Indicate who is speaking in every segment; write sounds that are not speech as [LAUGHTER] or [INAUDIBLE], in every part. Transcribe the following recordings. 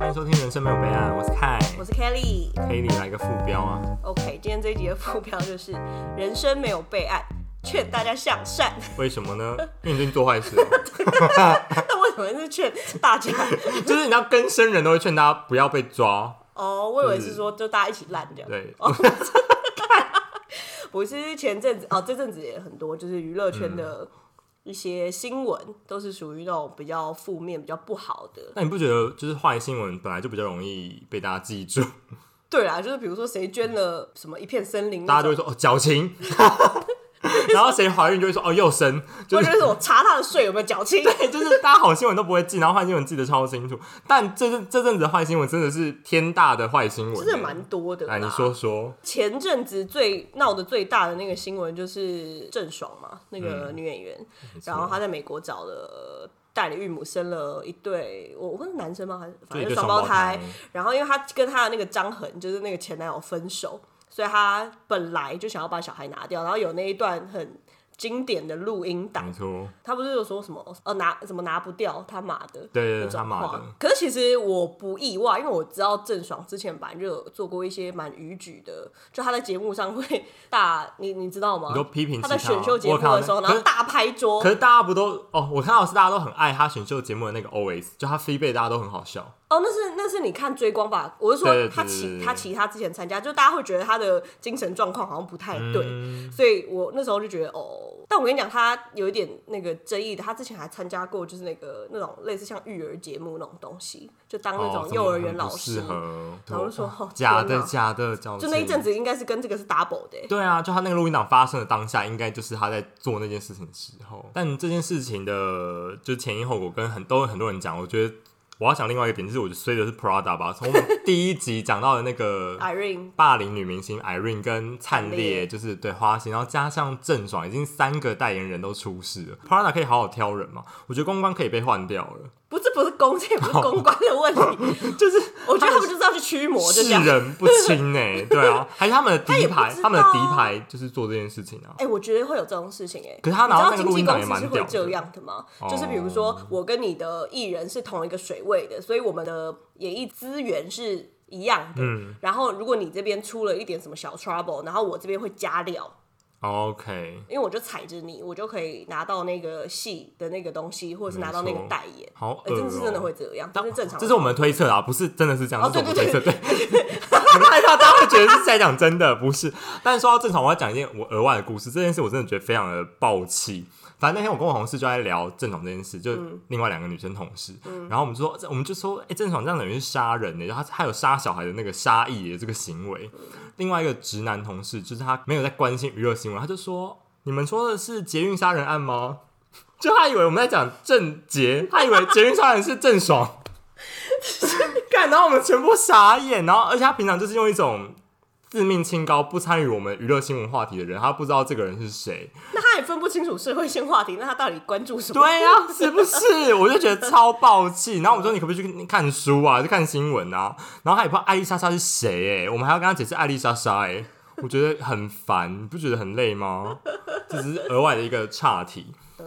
Speaker 1: 迎收听《人生没有备案》，我是凯。
Speaker 2: 我是 Kelly。
Speaker 1: 可以你来个副标啊？
Speaker 2: OK，今天这一集的副标就是“人生没有备案，劝大家向
Speaker 1: [LAUGHS]
Speaker 2: 善
Speaker 1: 为什么呢？因为你最近做坏事 [LAUGHS] 了，”。
Speaker 2: 那为什么是劝大家？
Speaker 1: 就是你知道跟生人都会劝大家不要被抓。
Speaker 2: 哦，我以为是说就大家一起烂掉。
Speaker 1: 对，
Speaker 2: 我是前阵子哦，这阵子也很多，就是娱乐圈的一些新闻，都是属于那种比较负面、比较不好的。
Speaker 1: 那你不觉得就是坏新闻本来就比较容易被大家记住，
Speaker 2: 对啦，就是比如说谁捐了什么一片森林，
Speaker 1: 大家就会说哦矫情， [LAUGHS] 然后谁怀孕就会说哦又生，就
Speaker 2: 或
Speaker 1: 是
Speaker 2: 者是我查他的税有没有缴清。
Speaker 1: 对，就是 [LAUGHS] 大家好新闻都不会记，然后坏新闻记得超清楚。但这阵这阵子的坏新闻真的是天大的坏新闻，
Speaker 2: 真的蛮多的啦。
Speaker 1: 哎，你说说，
Speaker 2: 前阵子最闹得最大的那个新闻就是郑爽嘛，那
Speaker 1: 嗯
Speaker 2: 个女演员，然后她在美国找了代理孕母，生了一对，我我问是男生吗？还是反
Speaker 1: 一
Speaker 2: 正
Speaker 1: 对
Speaker 2: 双
Speaker 1: 双
Speaker 2: 胞
Speaker 1: 胞
Speaker 2: 胎
Speaker 1: 胎。
Speaker 2: 然后因为她跟她的那个张恒，就是那个前男友分手，所以她本来就想要把小孩拿掉，然后有那一段很。经典的录音档
Speaker 1: 没，错，
Speaker 2: 她不是有说什么呃拿怎么拿不掉，他妈的，
Speaker 1: 对对
Speaker 2: 那
Speaker 1: 对，
Speaker 2: 种
Speaker 1: 他妈的
Speaker 2: 话。可是其实我不意外，因为我知道郑爽之前本来就有做过一些蛮逾矩的，就她在节目上会大，你你知道吗？
Speaker 1: 你都批评
Speaker 2: 她在
Speaker 1: 其他
Speaker 2: 选秀节
Speaker 1: 我
Speaker 2: 目
Speaker 1: 有看到
Speaker 2: 的时候，
Speaker 1: 那
Speaker 2: 然
Speaker 1: 可
Speaker 2: 后
Speaker 1: 是
Speaker 2: 大拍桌
Speaker 1: 可。是大家不都哦？我看到的是大家都很爱他选秀节目的那个 Always，就他 f e e b a 大家都很好笑。
Speaker 2: 哦，那是那是你看追光吧？我是说
Speaker 1: 对对
Speaker 2: 她
Speaker 1: 对对
Speaker 2: 其
Speaker 1: 对
Speaker 2: 她其他之前参加，就大家会觉得她的精神状况好像不太对，
Speaker 1: 嗯
Speaker 2: 所以我那时候就觉得哦。但我跟你讲，她有一点那个争议的，她之前还参加过就是那个那种类似像育儿节目那种东西，就当那
Speaker 1: 哦
Speaker 2: 种
Speaker 1: 这
Speaker 2: 幼
Speaker 1: 么
Speaker 2: 儿园
Speaker 1: 很
Speaker 2: 老
Speaker 1: 不
Speaker 2: 师，
Speaker 1: 适合。
Speaker 2: 然后就说
Speaker 1: 对
Speaker 2: 哦
Speaker 1: 假
Speaker 2: 天
Speaker 1: 的
Speaker 2: 哪
Speaker 1: 假的，假的
Speaker 2: 就那一阵。子应该是跟这个是 double 的欸、
Speaker 1: 对啊，就他那个录音档发生的当下，应该就是他在做那件事情的时候。但这件事情的就前因后果跟很都很多人讲，我觉得我要讲另外一个点，就是我觉得衰的是 Prada 吧，从我们第一集讲到的那个
Speaker 2: Irene
Speaker 1: 霸凌女明星 Irene 跟灿
Speaker 2: 灿
Speaker 1: 烈，
Speaker 2: 烈
Speaker 1: 就是对花心，然后加上郑爽，已经三个代言人都出事了。Prada 可以好好挑人嘛？我觉得公关可以被换掉了，
Speaker 2: 不是不是公，这也不是公关的问题，
Speaker 1: 就是
Speaker 2: 我觉得他们就是要去驱魔，就这
Speaker 1: 世
Speaker 2: 样。
Speaker 1: 人不清哎、
Speaker 2: [LAUGHS]
Speaker 1: 对啊，还是他们的
Speaker 2: 他
Speaker 1: 敌
Speaker 2: 也不
Speaker 1: 牌，
Speaker 2: 知
Speaker 1: 他们的
Speaker 2: 道
Speaker 1: 敌
Speaker 2: 啊
Speaker 1: 牌就是做这件事情啊。
Speaker 2: 哎、我觉得会有这种事情哎、
Speaker 1: 可是他拿到那个
Speaker 2: 你知道
Speaker 1: 录
Speaker 2: 经纪
Speaker 1: 音档
Speaker 2: 公
Speaker 1: 也
Speaker 2: 司是
Speaker 1: 蛮
Speaker 2: 会
Speaker 1: 屌的哦
Speaker 2: 这样的吗？就是比如说，我跟你的艺人是同一个水位的，所以我们的演艺资源是一样的。
Speaker 1: 嗯
Speaker 2: 然后如果你这边出了一点什么小 trouble，然后我这边会加料，
Speaker 1: OK，
Speaker 2: 因为我就踩着你，我就可以拿到那个戏的那个东西，或者是拿到那个
Speaker 1: 没错
Speaker 2: 代言。
Speaker 1: 好
Speaker 2: 哎、
Speaker 1: 恶、
Speaker 2: 真的
Speaker 1: 哦
Speaker 2: 是真的会这样，这是正常的。
Speaker 1: 这是我们推测啊，不是真的是这样，
Speaker 2: 哦
Speaker 1: 这是我们
Speaker 2: 对
Speaker 1: 推
Speaker 2: 对
Speaker 1: 测。对， [LAUGHS] 我们害怕大家会觉得是在讲真的，不是。但是说到正常，我要讲一件我额外的故事。这件事我真的觉得非常的爆气。反正那天我跟我同事就在聊郑爽这件事，就
Speaker 2: 嗯
Speaker 1: 另外两个女生同事，然后我们就说，我们就说，哎、郑爽这样等于是杀人呢、然后她她有杀小孩的那个杀意的这个行为。
Speaker 2: 嗯
Speaker 1: 另外一个直男同事，就是他没有在关心娱乐新闻，他就说，你们说的是捷运杀人案吗？ [LAUGHS] 就他以为我们在讲郑杰，他以为捷运杀人是郑爽。干，然后我们全部傻眼，然后而且他平常就是用一种自命清高、不参与我们娱乐新闻话题的人，他不知道这个人是谁。
Speaker 2: 那他也分不清楚社会性话题，那他到底关注什么？
Speaker 1: 对呀、啊，是不是？我就觉得超爆气。然后我说你可不可以去看书啊，去看新闻啊？然后他也不知道艾丽莎莎是谁哎、我们还要跟他解释艾丽莎莎哎、我觉得很烦，你不觉得很累吗？这只是额外的一个岔题。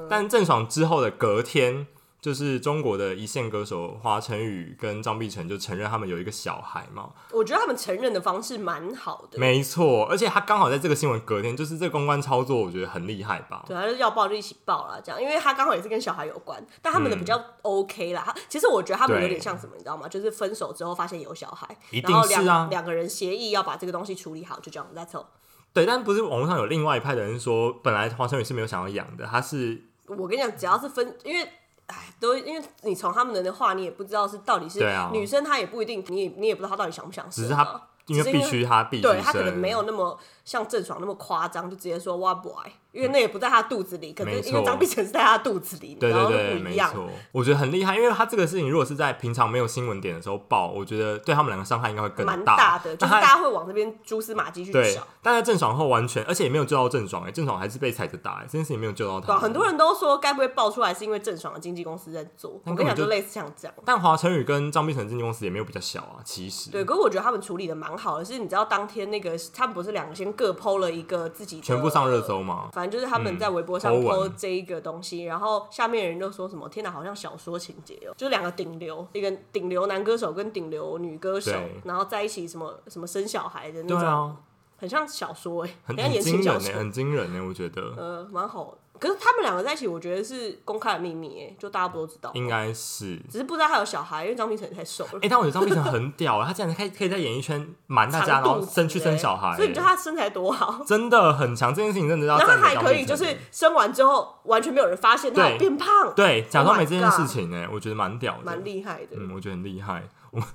Speaker 1: 但郑爽之后的隔天，就是中国的一线歌手华晨宇跟张碧晨就承认他们有一个小孩嘛，
Speaker 2: 我觉得他们承认的方式蛮好的，
Speaker 1: 没错，而且他刚好在这个新闻隔天，就是这个公关操作，我觉得很厉害吧。
Speaker 2: 对，他就要报就一起报啦，这样，因为他刚好也是跟小孩有关，但他们的比
Speaker 1: 嗯
Speaker 2: 较 OK 啦。他其实我觉得他们有点像什么，你知道吗？就是分手之后发现有小孩，
Speaker 1: 一定
Speaker 2: 然后
Speaker 1: 是
Speaker 2: 两
Speaker 1: 啊
Speaker 2: 两个人协议要把这个东西处理好，就这样，That's all。
Speaker 1: 对，但不是网络上有另外一派的人说，本来黄晨宇是没有想要养的，他是
Speaker 2: 我跟你讲，只要是分，因为。哎，都因为你从他们的话，你也不知道是到底是
Speaker 1: 对啊
Speaker 2: 女生，她也不一定，你也你也不知道她到底想不想生
Speaker 1: 只
Speaker 2: 啊。
Speaker 1: 是他因为
Speaker 2: 只是因
Speaker 1: 必
Speaker 2: 为
Speaker 1: 须他必须
Speaker 2: 对
Speaker 1: 生，
Speaker 2: 他可能没有那么像郑爽那么夸张，就直接说哇 boy，因为那也不在他肚子里，可
Speaker 1: 没
Speaker 2: 是
Speaker 1: 错
Speaker 2: 因为张碧晨是在他肚子里，
Speaker 1: 对
Speaker 2: 然
Speaker 1: 对
Speaker 2: 后就
Speaker 1: 对，
Speaker 2: 不一
Speaker 1: 没
Speaker 2: 样。
Speaker 1: 错，我觉得很厉害，因为他这个事情如果是在平常没有新闻点的时候爆，我觉得对他们两个伤害应该会更
Speaker 2: 蛮
Speaker 1: 大
Speaker 2: 的，就
Speaker 1: 但
Speaker 2: 是
Speaker 1: 他
Speaker 2: 大家会往这边蛛丝马迹去
Speaker 1: 对
Speaker 2: 找。，
Speaker 1: 但在郑爽后完全，而且也没有救到郑爽、哎，郑爽还是被踩着打、哎，这件事情没有救到
Speaker 2: 对啊、
Speaker 1: 他。
Speaker 2: 很多人都说该不会爆出来是因为郑爽的经纪公司在做。
Speaker 1: 那
Speaker 2: 我跟
Speaker 1: 根本
Speaker 2: 你讲，
Speaker 1: 就
Speaker 2: 就类似像这样。
Speaker 1: 但华晨宇跟张碧晨经纪公司也没有比较小啊，其实
Speaker 2: 对，可是我觉得他们处理的蛮好的，是你知道当天那个他们不是两个先各 PO 了一个自己的
Speaker 1: 全部上热搜嘛。
Speaker 2: 反正就是他们在微博上
Speaker 1: 嗯 Po
Speaker 2: PO
Speaker 1: 文
Speaker 2: 这一个东西，然后下面人就说什么“天哪，好像小说情节哦”，就是两个顶流，一个顶流男歌手跟顶流女歌手
Speaker 1: 对，
Speaker 2: 然后在一起什么什么生小孩的那
Speaker 1: 对
Speaker 2: 种，
Speaker 1: 啊，
Speaker 2: 很像小说哎、
Speaker 1: 很
Speaker 2: 像
Speaker 1: 很
Speaker 2: 言
Speaker 1: 惊
Speaker 2: 情
Speaker 1: 人
Speaker 2: 小
Speaker 1: 呢、
Speaker 2: 说，
Speaker 1: 很惊人呢、欸我觉得
Speaker 2: 呃，蛮好。可是他们两个在一起，我觉得是公开的秘密哎、就大家不都知道，
Speaker 1: 应该是。
Speaker 2: 只是不知道他有小孩，因为张碧晨也太瘦了。
Speaker 1: 嗯哎、但我觉得张碧晨很屌啊，他竟然可以可以在演艺圈瞒大家，然
Speaker 2: 长肚
Speaker 1: 后
Speaker 2: 子
Speaker 1: 生去生小孩欸、
Speaker 2: 所以你知道他身材
Speaker 1: [LAUGHS]
Speaker 2: 多好。
Speaker 1: 真的很强，这件事情真的要
Speaker 2: 然后
Speaker 1: 赞美
Speaker 2: 他还
Speaker 1: 张
Speaker 2: 可
Speaker 1: 碧
Speaker 2: 以
Speaker 1: 晨
Speaker 2: 就是生完之后完全没有人发现他
Speaker 1: 对
Speaker 2: 有变胖，
Speaker 1: 对假装没
Speaker 2: Oh my
Speaker 1: 这件事情哎、我觉得蛮屌的，
Speaker 2: 蛮厉害的。
Speaker 1: 嗯，我觉得很厉害。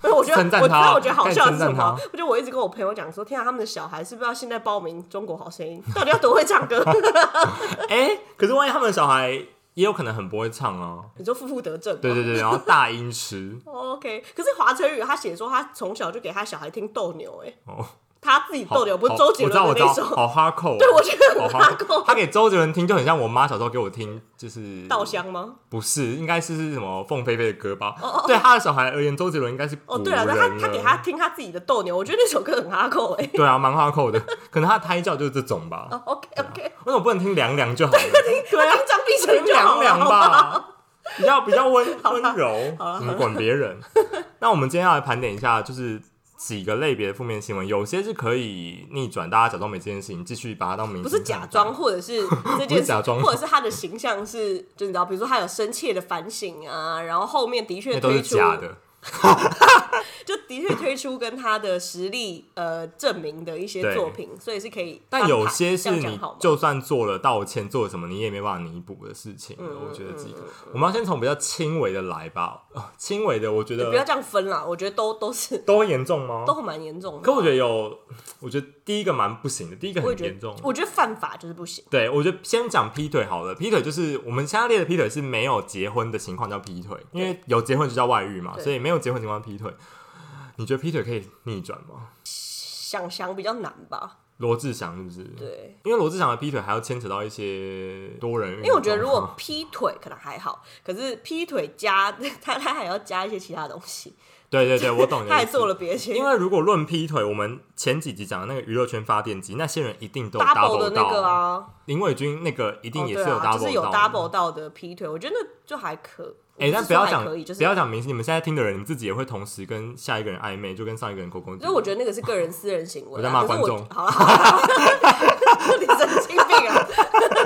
Speaker 2: 所以我觉得，
Speaker 1: 称赞
Speaker 2: 我知
Speaker 1: 他
Speaker 2: 道我觉得好笑的
Speaker 1: 该称
Speaker 2: 是什
Speaker 1: 赞他
Speaker 2: 么？我觉得我一直跟我朋友讲说，天啊，他们的小孩是不是要现在报名《中国好声音》？到底要多会
Speaker 1: [LAUGHS]
Speaker 2: 唱歌？
Speaker 1: 哎、可是万一他们的小孩也有可能很不会唱哦、
Speaker 2: 你说负负得正吗？
Speaker 1: 对对对，然后大音痴
Speaker 2: OK，可是华晨宇他写说他从小就给他小孩听斗牛、哎，
Speaker 1: 哦，
Speaker 2: 他自己
Speaker 1: 好
Speaker 2: 斗牛不是
Speaker 1: 好
Speaker 2: 周杰
Speaker 1: 我知道我
Speaker 2: 伦
Speaker 1: 知
Speaker 2: 的
Speaker 1: 道
Speaker 2: 那，首，
Speaker 1: 好哈扣，啊
Speaker 2: [LAUGHS] 对我觉得
Speaker 1: 好
Speaker 2: 很
Speaker 1: 哈
Speaker 2: 哈
Speaker 1: 扣
Speaker 2: 扣。
Speaker 1: 他给周杰伦听就很像我妈小时候给我听，就是
Speaker 2: 稻香吗？
Speaker 1: 不是，应该是是什么凤飞飞的歌吧？对他的小孩而言，周杰伦应该是
Speaker 2: 哦，
Speaker 1: 古
Speaker 2: 对了，那
Speaker 1: 人啊
Speaker 2: 他他给他听他自己的斗牛，我觉得那首歌很哈扣、哎。
Speaker 1: 对啊，蛮哈扣的，可能他的胎教就是这种吧。
Speaker 2: 哦，OK OK，
Speaker 1: 为什么不能听凉凉就好了？
Speaker 2: 对啊， [LAUGHS] 听张碧晨
Speaker 1: 听
Speaker 2: 就
Speaker 1: [LAUGHS] 凉
Speaker 2: 好了
Speaker 1: 凉
Speaker 2: 好吧。
Speaker 1: 吧，比较比较温温柔，
Speaker 2: [LAUGHS] 好啦
Speaker 1: 嗯管别人。那我们今天要来盘点一下，就是几个类别的负面新闻，有些是可以逆转，大家假装没这件事情，继续把它当明星
Speaker 2: 不是
Speaker 1: 看待
Speaker 2: 假装，。或
Speaker 1: [LAUGHS]
Speaker 2: 者是这
Speaker 1: 不是
Speaker 2: 件事
Speaker 1: 假装
Speaker 2: 或者是他的形象是，就你知道，比如说他有深切的反省啊，然后后面的确
Speaker 1: 那都是
Speaker 2: 推出，
Speaker 1: 假的，
Speaker 2: 就的确推出跟他的实力呃证明的一些
Speaker 1: 对
Speaker 2: 作品，所以是可以
Speaker 1: 但
Speaker 2: 翻盘。
Speaker 1: 有些
Speaker 2: 这
Speaker 1: 是
Speaker 2: 样讲
Speaker 1: 你
Speaker 2: 好吗
Speaker 1: 就算做了道歉，做了什么，你也没办法弥补的事情。
Speaker 2: 嗯
Speaker 1: 我觉得几个，我们要先从比较轻微的来吧。啊轻微的，我觉
Speaker 2: 你不要
Speaker 1: 得
Speaker 2: 这样分啦，我觉得都都是
Speaker 1: 都严重吗？
Speaker 2: 都蛮严重的。啊
Speaker 1: 可我觉得有，我觉得第一个蛮不行的，第一个
Speaker 2: 我也
Speaker 1: 很
Speaker 2: 觉
Speaker 1: 严
Speaker 2: 得
Speaker 1: 重，。啊
Speaker 2: 我觉得犯法就是不行。
Speaker 1: 对，我觉得先讲劈腿好了。劈腿就是我们现在列的劈腿是没有结婚的情况叫劈腿，因为有结婚就叫外遇嘛，
Speaker 2: 对
Speaker 1: 所以没有结婚情况劈腿。你觉得劈腿可以逆转吗？
Speaker 2: 想想比较难吧，
Speaker 1: 罗志祥是不是？，
Speaker 2: 对，
Speaker 1: 因为罗志祥的劈腿还要牵扯到一些多人运动，啊
Speaker 2: 因为我觉得如果劈腿可能还好，可是劈腿加 [LAUGHS] 他他还要加一些其他东西，
Speaker 1: 对对对，我懂你的意思。
Speaker 2: 他还做了别的些
Speaker 1: 因为如果论劈腿，我们前几集讲的那个娱乐圈发电机，那些人一定都有
Speaker 2: double
Speaker 1: double
Speaker 2: 的那个
Speaker 1: 到。
Speaker 2: 啊，
Speaker 1: 林伟君那个一定也是
Speaker 2: 哦对啊、
Speaker 1: double
Speaker 2: 就是有
Speaker 1: 到的
Speaker 2: double 到的劈腿，我觉得那就还可。
Speaker 1: 哎、
Speaker 2: 我
Speaker 1: 但
Speaker 2: 是
Speaker 1: 不
Speaker 2: 说
Speaker 1: 要
Speaker 2: 还
Speaker 1: 讲，
Speaker 2: 可以，就是
Speaker 1: 不要讲明星，你们现在听的人，你们自己也会同时跟下一个人暧昧，就跟上一个人勾勾。
Speaker 2: 所以我觉得那个是个人私人行为、
Speaker 1: 我
Speaker 2: 啊。
Speaker 1: 在骂
Speaker 2: 可是
Speaker 1: 观众
Speaker 2: 我好了，好啦你神经病啊！ [LAUGHS]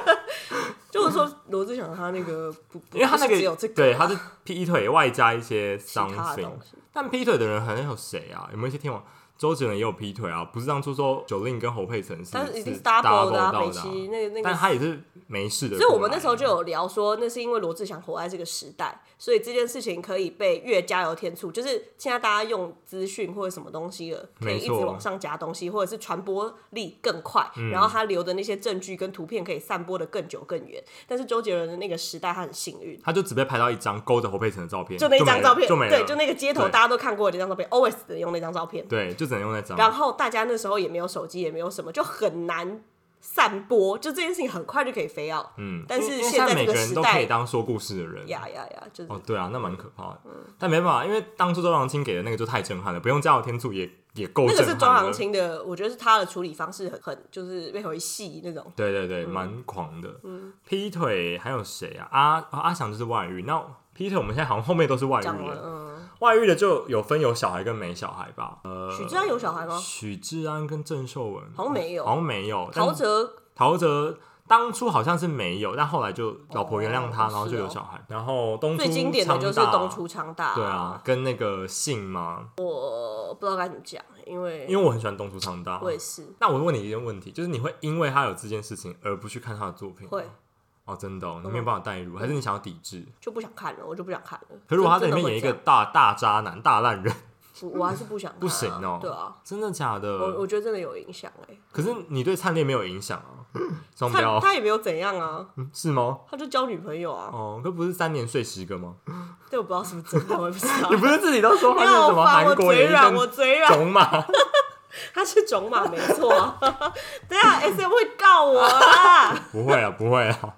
Speaker 2: 就是说罗志祥他那个不，不
Speaker 1: 因为他那
Speaker 2: 不是只有这个，啊
Speaker 1: 对，他是劈腿外加一些
Speaker 2: 其他的
Speaker 1: something
Speaker 2: 东。西。
Speaker 1: 但劈腿的人好像有谁啊？有没有一些天王？周杰伦也有劈腿啊，不是当初说九令跟侯佩岑是，
Speaker 2: 但是一定是
Speaker 1: double 到
Speaker 2: double 的
Speaker 1: 的
Speaker 2: 啊，
Speaker 1: 啊
Speaker 2: 北齐那个那
Speaker 1: 但
Speaker 2: 个。
Speaker 1: 他也是没事的。
Speaker 2: 所以我们那时候就有聊说，那是因为罗志祥活在这个时代，所以这件事情可以被越加油添醋。就是现在大家用资讯或者什么东西了，可以
Speaker 1: 没
Speaker 2: 一直
Speaker 1: 错嗯
Speaker 2: 往上加东西，或者是传播力更快，然后他留的那些证据跟图片可以散播的更久更远。但是周杰伦的那个时代，他很幸运。
Speaker 1: 他就只被拍到一张勾着侯佩岑的照片，
Speaker 2: 就那
Speaker 1: 没
Speaker 2: 张
Speaker 1: 了
Speaker 2: 照片，
Speaker 1: 就没了，
Speaker 2: 对，就那个街头
Speaker 1: 对
Speaker 2: 大家都看过的那张照片，always 只能用那张照片。
Speaker 1: 对，就只能用那张。
Speaker 2: 然后大家那时候也没有手机，也没有什么，就很难散播，就这件事情很快就可以飞out。
Speaker 1: 嗯，
Speaker 2: 但是
Speaker 1: 因为因为
Speaker 2: 现在
Speaker 1: 每
Speaker 2: 这个
Speaker 1: 个人
Speaker 2: 时
Speaker 1: 都可以
Speaker 2: 代
Speaker 1: 当说故事的人，
Speaker 2: 呀呀呀，就是
Speaker 1: 哦，对啊，那蛮可怕的。
Speaker 2: 嗯
Speaker 1: 但没办法，因为当初周扬青给的那个就太震撼了，不用加油天助也也够
Speaker 2: 那
Speaker 1: 震
Speaker 2: 个
Speaker 1: 撼。
Speaker 2: 是周扬。青的，我觉得是他的处理方式很很就是被回戏那种。
Speaker 1: 对对对，蛮狂的。
Speaker 2: 嗯
Speaker 1: 劈腿还有谁啊？阿、啊、阿翔就是外遇。那劈腿我们现在好像后面都是外
Speaker 2: 讲
Speaker 1: 遇
Speaker 2: 完，
Speaker 1: 了。
Speaker 2: 嗯，
Speaker 1: 外遇的就有分有小孩跟没小孩吧。呃，
Speaker 2: 许志安有小孩吗？
Speaker 1: 许志安跟郑秀文
Speaker 2: 哦
Speaker 1: 哦
Speaker 2: 好像没有
Speaker 1: 好像没有。但
Speaker 2: 陶喆
Speaker 1: 陶喆当初好像是没有，但后来就老婆原谅他，
Speaker 2: 哦
Speaker 1: 然后就是
Speaker 2: 哦
Speaker 1: 有小孩。然后东出
Speaker 2: 最经典的就是
Speaker 1: 昌大
Speaker 2: 东出昌大，
Speaker 1: 对啊，，跟那个信嘛，
Speaker 2: 我不知道该怎么讲，因为
Speaker 1: 因为我很喜欢东出昌大。
Speaker 2: 我也是
Speaker 1: 那我问你一件问题，就是你会因为他有这件事情而不去看他的作品吗？
Speaker 2: 会
Speaker 1: 哦，真的、哦，你没有办法代入，还是你想要抵制？
Speaker 2: 就不想看了，我就不想看了。
Speaker 1: 可如果他在
Speaker 2: 真
Speaker 1: 里
Speaker 2: 的
Speaker 1: 面
Speaker 2: 会
Speaker 1: 演一
Speaker 2: 这
Speaker 1: 个
Speaker 2: 样，
Speaker 1: 大大渣男、大烂人，
Speaker 2: 我我还是不想看啊，
Speaker 1: 不行哦呃
Speaker 2: 对啊，
Speaker 1: 真的假
Speaker 2: 我
Speaker 1: 的？
Speaker 2: 我觉得真的有影响哎，
Speaker 1: 可是你对灿烈没有影响 [LAUGHS] 啊，双
Speaker 2: 他
Speaker 1: 标
Speaker 2: 他也没有怎样啊，
Speaker 1: 嗯是吗？
Speaker 2: 他就交女朋友啊，
Speaker 1: 哦，可不是三年睡十个吗？
Speaker 2: 这我不知道是不是真的，我也不知
Speaker 1: [LAUGHS]
Speaker 2: 道
Speaker 1: 你。不是自己都说他
Speaker 2: 没
Speaker 1: 是什
Speaker 2: 有
Speaker 1: 么
Speaker 2: 吧？
Speaker 1: 韩
Speaker 2: 我
Speaker 1: 国
Speaker 2: 嘴
Speaker 1: 演艺
Speaker 2: 软，我
Speaker 1: 圈
Speaker 2: 嘴软，
Speaker 1: 种马？ [LAUGHS]
Speaker 2: 他是种马没错啊。对啊，S M 会告我啦。
Speaker 1: 不会啊，不会啊。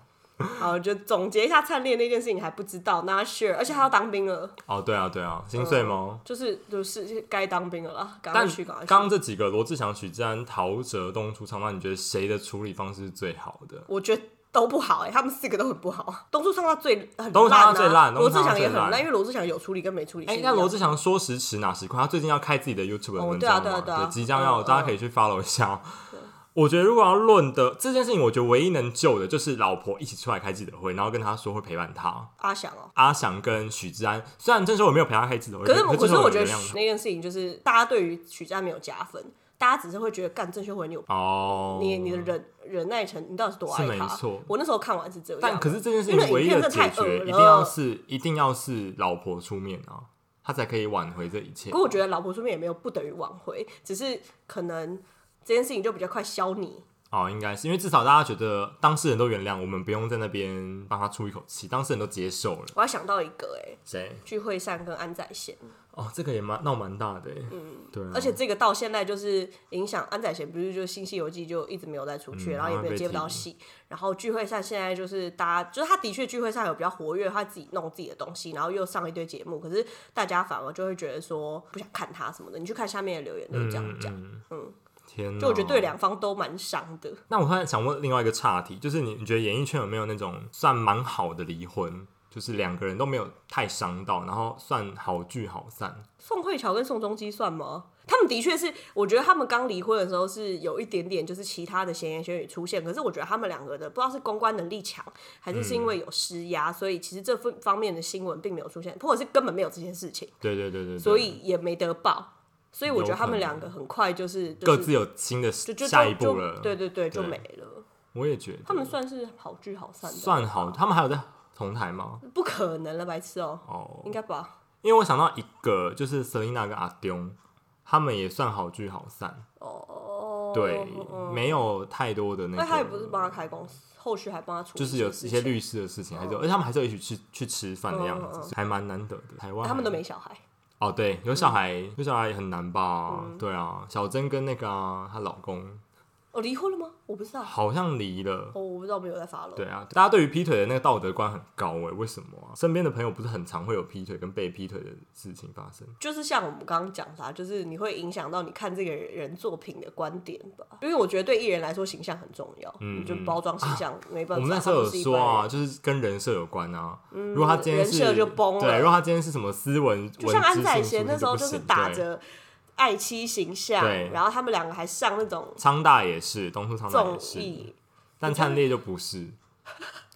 Speaker 2: 好，就总结一下灿烈那件事情还不知道，not sure，而且他要当兵了，
Speaker 1: 哦，对啊，对啊，心碎吗？
Speaker 2: 就是就是该当兵了啦，嗯赶快
Speaker 1: 但
Speaker 2: 去，赶快去。
Speaker 1: 刚刚这几个罗志祥、许志安、陶喆、东出昌那你觉得谁的处理方式是最好的？
Speaker 2: 我觉得都不好哎、他们四个都很不好。东出昌他最很
Speaker 1: 东出昌他最
Speaker 2: 烂啊，
Speaker 1: 烂
Speaker 2: 罗志
Speaker 1: 东出昌他
Speaker 2: 祥也
Speaker 1: 最
Speaker 2: 很
Speaker 1: 烂
Speaker 2: 烂，因为罗志祥有处理跟没处理是
Speaker 1: 哎
Speaker 2: 一，样。
Speaker 1: 那罗志祥说时迟哪时快，他最近要开自己的 YouTube 的
Speaker 2: 哦
Speaker 1: 文
Speaker 2: 对啊
Speaker 1: 章
Speaker 2: 对啊
Speaker 1: 嘛，
Speaker 2: 对啊
Speaker 1: 即将要，
Speaker 2: 嗯
Speaker 1: 大家可以去 follow 一下哦。我觉得如果要论的这件事情，我觉得唯一能救的就是老婆一起出来开记者会，然后跟他说会陪伴他。
Speaker 2: 阿翔哦、
Speaker 1: 阿翔跟许志安，虽然郑秀文没有陪他开记者会，
Speaker 2: 可是我
Speaker 1: 我
Speaker 2: 可是我觉得
Speaker 1: 样
Speaker 2: 许那件事情就是大家对于许家没有加分，大家只是会觉得干郑秀文你有、
Speaker 1: 哦，
Speaker 2: 你你的忍忍耐程你到底是多
Speaker 1: 是
Speaker 2: 爱
Speaker 1: 没
Speaker 2: 他？
Speaker 1: 错
Speaker 2: 我那时候看完是这样，
Speaker 1: 但可是这件事
Speaker 2: 那
Speaker 1: 情
Speaker 2: 影
Speaker 1: 唯一
Speaker 2: 片
Speaker 1: 的
Speaker 2: 真的
Speaker 1: 解
Speaker 2: 太恶
Speaker 1: 决，
Speaker 2: 了
Speaker 1: 一定要是一定要是老婆出面啊，他才可以挽回这一切。
Speaker 2: 不过我觉得老婆出面也没有不等于挽回，只是可能这件事情就比较快消弭。
Speaker 1: 哦，应该是因为至少大家觉得当事人都原谅，我们不用在那边帮他出一口气，当事人都接受了。
Speaker 2: 我还想到一个哎、欸，
Speaker 1: 谁？
Speaker 2: 聚会善跟安在贤，
Speaker 1: 哦，这个也蛮闹蛮大的欸，对啊，
Speaker 2: 嗯而且这个到现在就是影响安宰贤，不是就《新西游记》就一直没有再出去，
Speaker 1: 嗯
Speaker 2: 然后也没有接不到戏。然后聚会上现在就是大家，就是他的确聚会上有比较活跃，他自己弄自己的东西，然后又上一堆节目，可是大家反而就会觉得说不想看他什么的。你去看下面的留言都是这样讲，
Speaker 1: 嗯，哦嗯天哪，
Speaker 2: 就我觉得对两方都蛮伤的。
Speaker 1: 那我突然想问另外一个岔题，就是你你觉得演艺圈有没有那种算蛮好的离婚，就是两个人都没有太伤到，然后算好聚好散？
Speaker 2: 宋慧乔跟宋仲基算吗？他们的确是，我觉得他们刚离婚的时候是有一点点就是其他的闲言闲语出现，可是我觉得他们两个的不知道是公关能力强，还是是
Speaker 1: 嗯
Speaker 2: 因为有施压，所以其实这份方面的新闻并没有出现，或者是根本没有这件事情，
Speaker 1: 对对对对对，
Speaker 2: 所以也没得报。所以我觉得他
Speaker 1: 有
Speaker 2: 们
Speaker 1: 可
Speaker 2: 两
Speaker 1: 能
Speaker 2: 个很快就是、就是、
Speaker 1: 各自有新的
Speaker 2: 就就
Speaker 1: 下一步了。
Speaker 2: 就对对对，就
Speaker 1: 对
Speaker 2: 没了。
Speaker 1: 我也觉得
Speaker 2: 他们算是好聚好散的，
Speaker 1: 算好，他们还有在同台吗？
Speaker 2: 不可能了，白痴哦、
Speaker 1: 哦，
Speaker 2: 应该吧？
Speaker 1: 因为我想到一个，就是 Selina 跟阿丢，他们也算好聚好散，
Speaker 2: 哦，
Speaker 1: 对，
Speaker 2: 嗯
Speaker 1: 没有太多的那
Speaker 2: 那
Speaker 1: 个。
Speaker 2: 他也不是帮他开公司，后续还帮他处理
Speaker 1: 就是有
Speaker 2: 事
Speaker 1: 一些
Speaker 2: 情
Speaker 1: 律师的事情，还是有，而且他们还是有一起去去吃饭的样
Speaker 2: 哦嗯嗯
Speaker 1: 子，还蛮难得的。台湾
Speaker 2: 他们都
Speaker 1: 还
Speaker 2: 没嗯小孩，
Speaker 1: 哦，对，有小孩，有小孩也很难吧？
Speaker 2: 嗯
Speaker 1: 对啊，小珍跟那个啊她、老公
Speaker 2: 哦，离婚了吗？我不知道，
Speaker 1: 好像离了。
Speaker 2: 哦，我不知道，没有在发了。
Speaker 1: 对啊，大家对于劈腿的那个道德观很高诶、为什么啊？身边的朋友不是很常会有劈腿跟被劈腿的事情发生？
Speaker 2: 就是像我们刚刚讲的、啊，就是你会影响到你看这个人作品的观点吧。因为我觉得对艺人来说，形象很重要，
Speaker 1: 嗯
Speaker 2: 你就包装形象、没办
Speaker 1: 我
Speaker 2: 法。
Speaker 1: 们那时候
Speaker 2: 他
Speaker 1: 有
Speaker 2: 不是一
Speaker 1: 说
Speaker 2: 般
Speaker 1: 啊，
Speaker 2: 人，嗯
Speaker 1: 就是跟人设有关啊。如果他今天是
Speaker 2: 人设就崩了
Speaker 1: 对，如果他今天是什么斯文，
Speaker 2: 就像
Speaker 1: 文
Speaker 2: 安
Speaker 1: 之
Speaker 2: 宰
Speaker 1: 性
Speaker 2: 贤
Speaker 1: 出
Speaker 2: 那时候
Speaker 1: 不
Speaker 2: 就是
Speaker 1: 行
Speaker 2: 打
Speaker 1: 对
Speaker 2: 着爱妻形象
Speaker 1: 对，
Speaker 2: 然后他们两个还上那种
Speaker 1: 昌大也是，东出昌大
Speaker 2: 综
Speaker 1: 也是，
Speaker 2: 艺，
Speaker 1: 但灿烈就不是，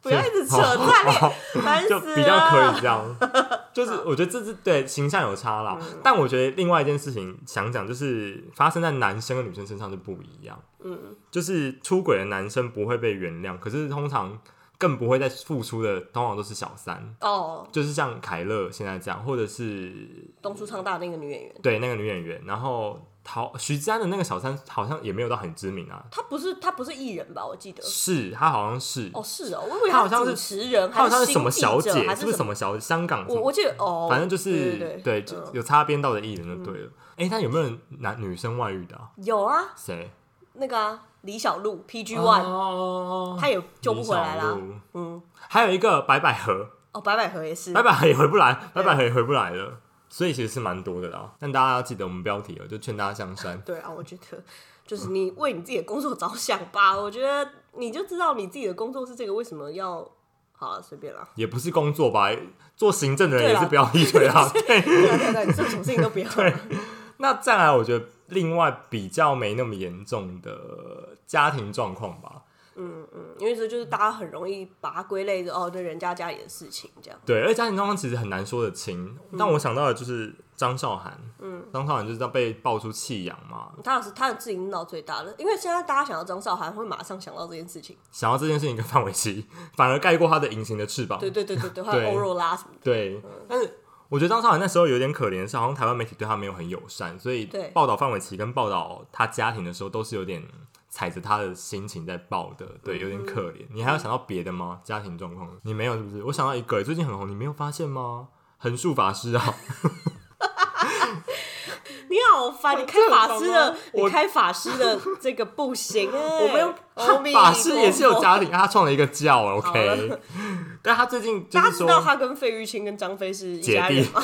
Speaker 2: 不要一
Speaker 1: [LAUGHS]
Speaker 2: 直扯烂脸，烦死
Speaker 1: 哦就
Speaker 2: 了。
Speaker 1: 比较可以这样。
Speaker 2: [LAUGHS]
Speaker 1: 就是我觉得这是对形象有差啦，
Speaker 2: 嗯
Speaker 1: 但我觉得另外一件事情想讲，就是发生在男生跟女生身上就不一样。嗯，就是出轨的男生不会被原谅，可是通常更不会再付出的，通常都是小三，
Speaker 2: 哦，
Speaker 1: 就是像凯乐现在这样，或者是
Speaker 2: 东出昌大那个女演员，
Speaker 1: 对那个女演员，然后陶徐志安的那个小三好像也没有到很知名啊，
Speaker 2: 她不是她不是艺人吧？我记得
Speaker 1: 是她好像是
Speaker 2: 哦，是哦，我以为
Speaker 1: 她好
Speaker 2: 她
Speaker 1: 像
Speaker 2: 主
Speaker 1: 是
Speaker 2: 持人，
Speaker 1: 她好像
Speaker 2: 还
Speaker 1: 是什么
Speaker 2: 新
Speaker 1: 小
Speaker 2: 记者
Speaker 1: 姐，
Speaker 2: 还
Speaker 1: 是不是
Speaker 2: 什
Speaker 1: 什
Speaker 2: 么？
Speaker 1: 么小香港什
Speaker 2: 我
Speaker 1: 么？
Speaker 2: 我记得哦，
Speaker 1: 反正就是
Speaker 2: 对对
Speaker 1: 对，
Speaker 2: 对
Speaker 1: 就
Speaker 2: 嗯
Speaker 1: 有擦边到的艺人就对了。哎、但有没有人男女生外遇的啊、
Speaker 2: 有啊，
Speaker 1: 谁
Speaker 2: 那个啊，李小璐 PG One，、
Speaker 1: 哦，
Speaker 2: 他也救不回来
Speaker 1: 李小
Speaker 2: 啦。
Speaker 1: 璐
Speaker 2: 嗯，
Speaker 1: 还有一个白百合，
Speaker 2: 哦，白百合也是。
Speaker 1: 白，百合也回不来，白百合也回不来了。所以其实是蛮多的啦，但大家要记得我们标题哦，就劝大家向善
Speaker 2: 对啊，我觉得就是你为你自己的工作着想吧。
Speaker 1: 嗯
Speaker 2: 我觉得你就知道你自己的工作是这个，为什么要好了随
Speaker 1: [LAUGHS]
Speaker 2: 便啦。
Speaker 1: 也不是工作吧，做行政的人
Speaker 2: 对
Speaker 1: 也
Speaker 2: 啦
Speaker 1: 是不要劈腿啦。对，
Speaker 2: [LAUGHS] 对啊对啊对啊，你做什么事情都不要。
Speaker 1: [LAUGHS] 那再来，我觉得另外比较没那么严重的家庭状况吧，
Speaker 2: 嗯因为这就是大家很容易把它归类着哦，这人家家里的事情这样。
Speaker 1: 对，而且家庭状况其实很难说得清。
Speaker 2: 嗯
Speaker 1: 但我想到的就是张韶涵，嗯，张韶涵就是要被爆出弃养嘛，
Speaker 2: 他老师他的自己闹最大的，因为现在大家想到张韶涵，会马上想到这件事情。
Speaker 1: 想要这件事情跟范玮琪，反而盖过他的隐形的翅膀。
Speaker 2: 对嗯对对对对，还有
Speaker 1: 对
Speaker 2: 欧若拉什么的。
Speaker 1: 对但是我觉得张韶涵那时候有点可怜，是好像台湾媒体对她没有很友善，所以
Speaker 2: 对
Speaker 1: 报道范玮琪跟报道她家庭的时候，都是有点踩着她的心情在报的，对，
Speaker 2: 嗯
Speaker 1: 有点可怜。你还有想到别的吗？家庭状况？你没有是不是？我想到一个欸最近很红，你没有发现吗？横竖法师啊，
Speaker 2: 你好超翻，你开法师
Speaker 1: 这很
Speaker 2: 的
Speaker 1: 糟，糕
Speaker 2: 你
Speaker 1: 我
Speaker 2: 开法师
Speaker 1: [LAUGHS]
Speaker 2: 的这个不行哎，
Speaker 1: 我没有
Speaker 2: 阿弥
Speaker 1: 法师也是有
Speaker 2: 陀佛
Speaker 1: 家庭，他创了一个教
Speaker 2: 好
Speaker 1: ，OK。但他最近就
Speaker 2: 大家
Speaker 1: 是
Speaker 2: 知道
Speaker 1: 说
Speaker 2: 他跟费玉清跟张飞是一
Speaker 1: 姐
Speaker 2: 家人
Speaker 1: 弟
Speaker 2: 吗？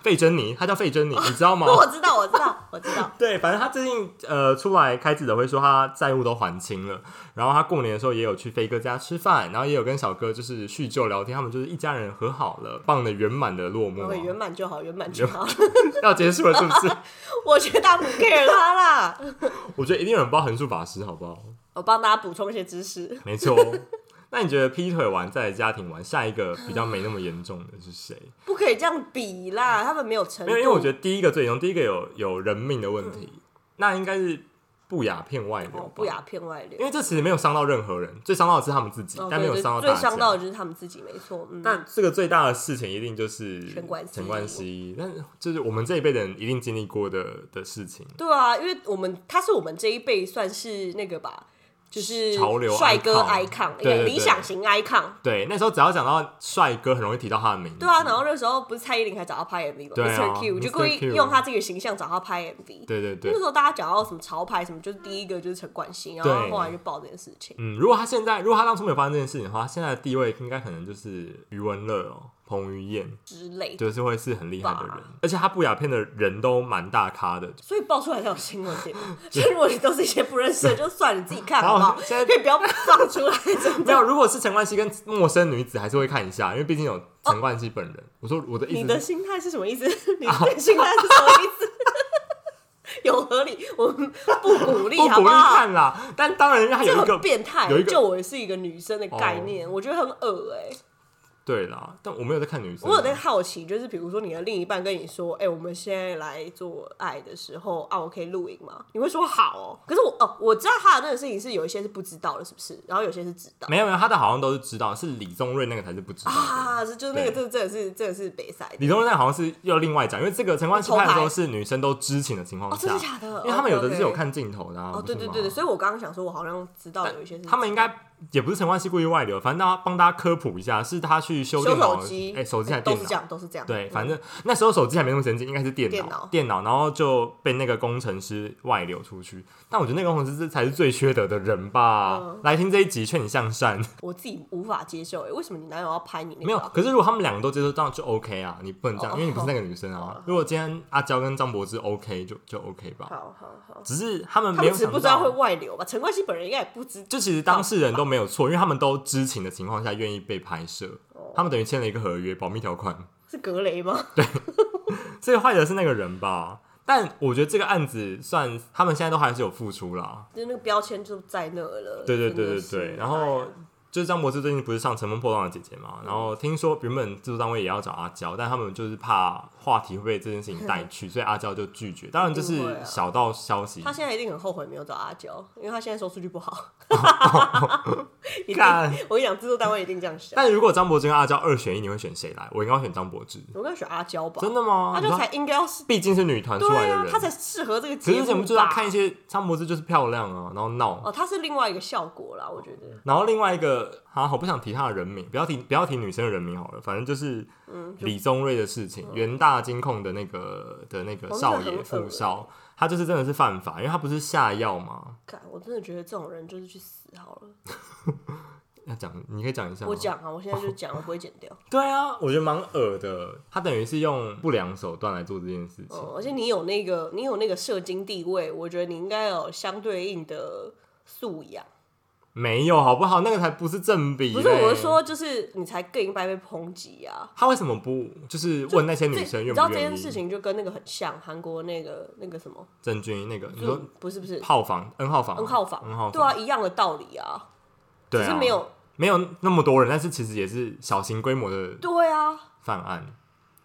Speaker 1: 费珍妮，他叫费
Speaker 2: [LAUGHS]
Speaker 1: 珍妮，你知道吗？
Speaker 2: 我知道，我知道，我
Speaker 1: [LAUGHS]
Speaker 2: 知道。
Speaker 1: 对，反正他最近呃出来开记者会说他债务都还清了，然后他过年的时候也有去飞哥家吃饭，然后也有跟小哥就是叙旧聊天，他们就是一家人和好了，棒的圆满的落幕啊、 [LAUGHS]
Speaker 2: 对，哦圆满就好，圆满就好。
Speaker 1: 要结束了是不是？
Speaker 2: [LAUGHS] 我觉得大家不 care 他啦。
Speaker 1: 我觉得一定有人不知道横竖法师好不好？
Speaker 2: 我帮大家补充一些知识。
Speaker 1: 没错。哦 [LAUGHS] 那你觉得劈腿完再来家庭完，下一个比较没那么严重的是谁？
Speaker 2: 不可以这样比啦，他们没有程
Speaker 1: 没
Speaker 2: 度。
Speaker 1: 有，因为我觉得第一个最严重，第一个有有人命的问题，那应该是不雅片外流、
Speaker 2: 嗯哦，不，雅片外
Speaker 1: 因
Speaker 2: 流。
Speaker 1: 为这其实没有伤到任何人，最伤到的是他们自己，
Speaker 2: 哦，
Speaker 1: 但没有
Speaker 2: 对
Speaker 1: 伤到
Speaker 2: 对，
Speaker 1: 大
Speaker 2: 最
Speaker 1: 家。
Speaker 2: 伤到的就是他们自己，没错。嗯，
Speaker 1: 但这个最大的事情一定就是
Speaker 2: 陈冠希
Speaker 1: 陈冠希，但就是我们这一辈的人一定经历过的的事情。
Speaker 2: 对啊，因为我们他是我们这一辈算是那个吧，就是
Speaker 1: 潮流
Speaker 2: 帅哥
Speaker 1: icon
Speaker 2: icon，哎
Speaker 1: 对对对
Speaker 2: 理想型 icon。
Speaker 1: 对，那时候只要讲到帅哥，很容易提到他的名字。
Speaker 2: 对啊，然后那时候不是蔡依林还找他拍 MV
Speaker 1: 嗯
Speaker 2: 吗
Speaker 1: 对啊
Speaker 2: ？Mr. Q 就
Speaker 1: Mr.
Speaker 2: 故意
Speaker 1: Q
Speaker 2: 用他这个形象找他拍 MV。
Speaker 1: 对对对
Speaker 2: 那时，候大家讲到什么潮牌什么，就是第一个就是陈冠希，然后
Speaker 1: 对
Speaker 2: 后来就爆这件事情。
Speaker 1: 嗯，如果他现在，如果他当初没有发生这件事情的话，他现在的地位应该可能就是余文乐哦，彭于晏，
Speaker 2: 之类的，
Speaker 1: 就是会是很厉害的人
Speaker 2: 吧，
Speaker 1: 而且他不雅片的人都蛮大咖的。
Speaker 2: 所以爆出来才有新闻点。所以如果你都是一些不认识的，就算你自己看
Speaker 1: 然后
Speaker 2: 好不好？
Speaker 1: 现在
Speaker 2: 可以不要放出来，
Speaker 1: [LAUGHS]
Speaker 2: 真
Speaker 1: 没
Speaker 2: 的。
Speaker 1: 有，如果是陈冠希跟陌生女子，还是会看一下，因为毕竟有陈冠希本人。我说我的意
Speaker 2: 哦你
Speaker 1: 思
Speaker 2: 的
Speaker 1: 是，
Speaker 2: 心态是什么
Speaker 1: [LAUGHS]
Speaker 2: 意思？你的心态是什么意思？有合理，我们不鼓励，
Speaker 1: 不
Speaker 2: 好
Speaker 1: 鼓励
Speaker 2: 好？
Speaker 1: 看啦，但当然他
Speaker 2: 这
Speaker 1: 有一
Speaker 2: 很
Speaker 1: 个
Speaker 2: 变态
Speaker 1: 有一，个哦
Speaker 2: 就我是一个女生的概念，我觉得很恶哎。
Speaker 1: 对啦，但我没有在看女生啊，
Speaker 2: 我有在好奇，就是比如说你的另一半跟你说：“哎、我们现在来做爱的时候啊，我可以录影吗？”你会说好哦。可是我哦，我知道他的那个事情是有一些是不知道的，是不是？然后有些是知
Speaker 1: [LAUGHS]
Speaker 2: 道
Speaker 1: 没有没有，他的好像都是知道，是李宗瑞那个才是不知道的。
Speaker 2: 啊，这就是那个
Speaker 1: 对
Speaker 2: 这真的是真的是北赛的
Speaker 1: 李宗瑞那个好像是又另外讲，因为这个陈冠希拍的时
Speaker 2: 偷
Speaker 1: 候
Speaker 2: 拍
Speaker 1: 是女生都知情的情况
Speaker 2: 哦，
Speaker 1: 下，
Speaker 2: 真的假的？
Speaker 1: 因为他们有的是有
Speaker 2: OK，OK
Speaker 1: 看镜头的、啊。
Speaker 2: 哦，对对
Speaker 1: 不
Speaker 2: 对
Speaker 1: 是
Speaker 2: 对，
Speaker 1: 吗
Speaker 2: 所以我刚刚想说，我好像知道有一些是
Speaker 1: 他们应该也不是陈冠希故意外流，反正大家帮大家科普一下，是他去修
Speaker 2: 修
Speaker 1: 电脑，
Speaker 2: 手机，
Speaker 1: 哎、手机还
Speaker 2: 都
Speaker 1: 电
Speaker 2: 是这
Speaker 1: 脑。
Speaker 2: 样，都是这样。
Speaker 1: 对，
Speaker 2: 嗯
Speaker 1: 反正那时候手机还没那么先进，应该是电
Speaker 2: 电
Speaker 1: 脑
Speaker 2: 脑，
Speaker 1: 电脑，然后就被那个工程师外流出去。但我觉得那个工程师这才是最缺德的人吧。
Speaker 2: 嗯
Speaker 1: 来听这一集，劝你向善。 [LAUGHS]
Speaker 2: 我自己无法接受，哎，为什么你男友要拍你那个？啊
Speaker 1: 没有，可是如果他们两个都接受到就 OK 啊，你不能这样，
Speaker 2: 哦
Speaker 1: 因为你不是那个女生啊。 [LAUGHS] 如果今天阿娇跟张柏芝 OK 就就 OK 吧，
Speaker 2: 好好好，
Speaker 1: 只是他们
Speaker 2: 他
Speaker 1: 没
Speaker 2: 们
Speaker 1: 有
Speaker 2: 只是
Speaker 1: 想
Speaker 2: 不知道会
Speaker 1: 到，
Speaker 2: 外流吧？陈冠希本人应该也不知
Speaker 1: 就其实当事人都没有错，因为他们都知情的情况下愿意被拍摄，他们等于签了一个合约，保密条款。
Speaker 2: 是格雷吗？
Speaker 1: 最坏的是那个人吧，但我觉得这个案子算他们现在都还是有付出啦。
Speaker 2: 就那个标签就在那了。
Speaker 1: 对对对
Speaker 2: 呃真
Speaker 1: 对
Speaker 2: 的是哎
Speaker 1: 对，然后。就是张柏芝最近不是上《乘风破浪的姐姐》嘛，然后听说原本制作单位也要找阿娇，但他们就是怕话题会被这件事情
Speaker 2: [LAUGHS]
Speaker 1: 带去，所以阿娇就拒绝。当然这
Speaker 2: 一定会
Speaker 1: 是
Speaker 2: 啊
Speaker 1: 小道消息，
Speaker 2: 他现在一定很后悔没有找阿娇，因为他现在收视率不
Speaker 1: [LAUGHS]
Speaker 2: 好。 [LAUGHS] 一定
Speaker 1: 干，
Speaker 2: 我跟你讲，制作单位一定这样想。
Speaker 1: 但如果张柏芝跟阿娇二选一，你会选谁来？我应该会选张柏芝，
Speaker 2: 我应该选阿娇吧，
Speaker 1: 真的吗？
Speaker 2: 阿
Speaker 1: 你知
Speaker 2: 娇
Speaker 1: 道
Speaker 2: 才应该要是
Speaker 1: 毕竟是女团出
Speaker 2: 对
Speaker 1: 来的
Speaker 2: 啊，
Speaker 1: 人，
Speaker 2: 她才适合这个
Speaker 1: 可
Speaker 2: 节
Speaker 1: 是我
Speaker 2: 目
Speaker 1: 们
Speaker 2: 吧。
Speaker 1: 就是要看一些张柏芝就是漂亮啊，然后闹，
Speaker 2: 哦，她是另外一个效果啦，我觉得。
Speaker 1: 然后另外一个，好、我不想提他的人名，不要提不要提女生的人名好了，反正就是
Speaker 2: 嗯
Speaker 1: 李宗瑞的事情，元大金控的那个的那个
Speaker 2: 哦
Speaker 1: 少
Speaker 2: 那很
Speaker 1: 爷
Speaker 2: 恶
Speaker 1: 富
Speaker 2: 欸
Speaker 1: 少，他就是真的是犯法，因为他不是下药吗？
Speaker 2: 看，我真的觉得这种人就是去死好了。
Speaker 1: 哦要讲，你可以讲一下吗。
Speaker 2: 我讲啊，我现在就讲，我不会剪
Speaker 1: [LAUGHS]
Speaker 2: 掉。
Speaker 1: 对啊，我觉得蛮恶的，他等于是用不良手段来做这件事情。
Speaker 2: 嗯，而且你有那个，你有那个社经地位，我觉得你应该有相对应的素养。
Speaker 1: 没有好不好？那个才不是正比。
Speaker 2: 不是，我是，说，就是你才更应该被抨击啊。
Speaker 1: 他为什么不就是问那些女
Speaker 2: 这
Speaker 1: 生
Speaker 2: 你
Speaker 1: 愿
Speaker 2: 知
Speaker 1: 不
Speaker 2: 道这
Speaker 1: 愿
Speaker 2: 件事
Speaker 1: 意？
Speaker 2: 情就跟那个很像，韩国那个那个什么，
Speaker 1: 郑钧那个，你
Speaker 2: 就
Speaker 1: 说
Speaker 2: 不是不是
Speaker 1: 炮房 N 号房
Speaker 2: N 号房，
Speaker 1: N 号房，
Speaker 2: 对啊，一样的道理啊，
Speaker 1: 对啊，
Speaker 2: 只是没有
Speaker 1: 没有那么多人，但是其实也是小型规模的
Speaker 2: 对啊，
Speaker 1: 犯案，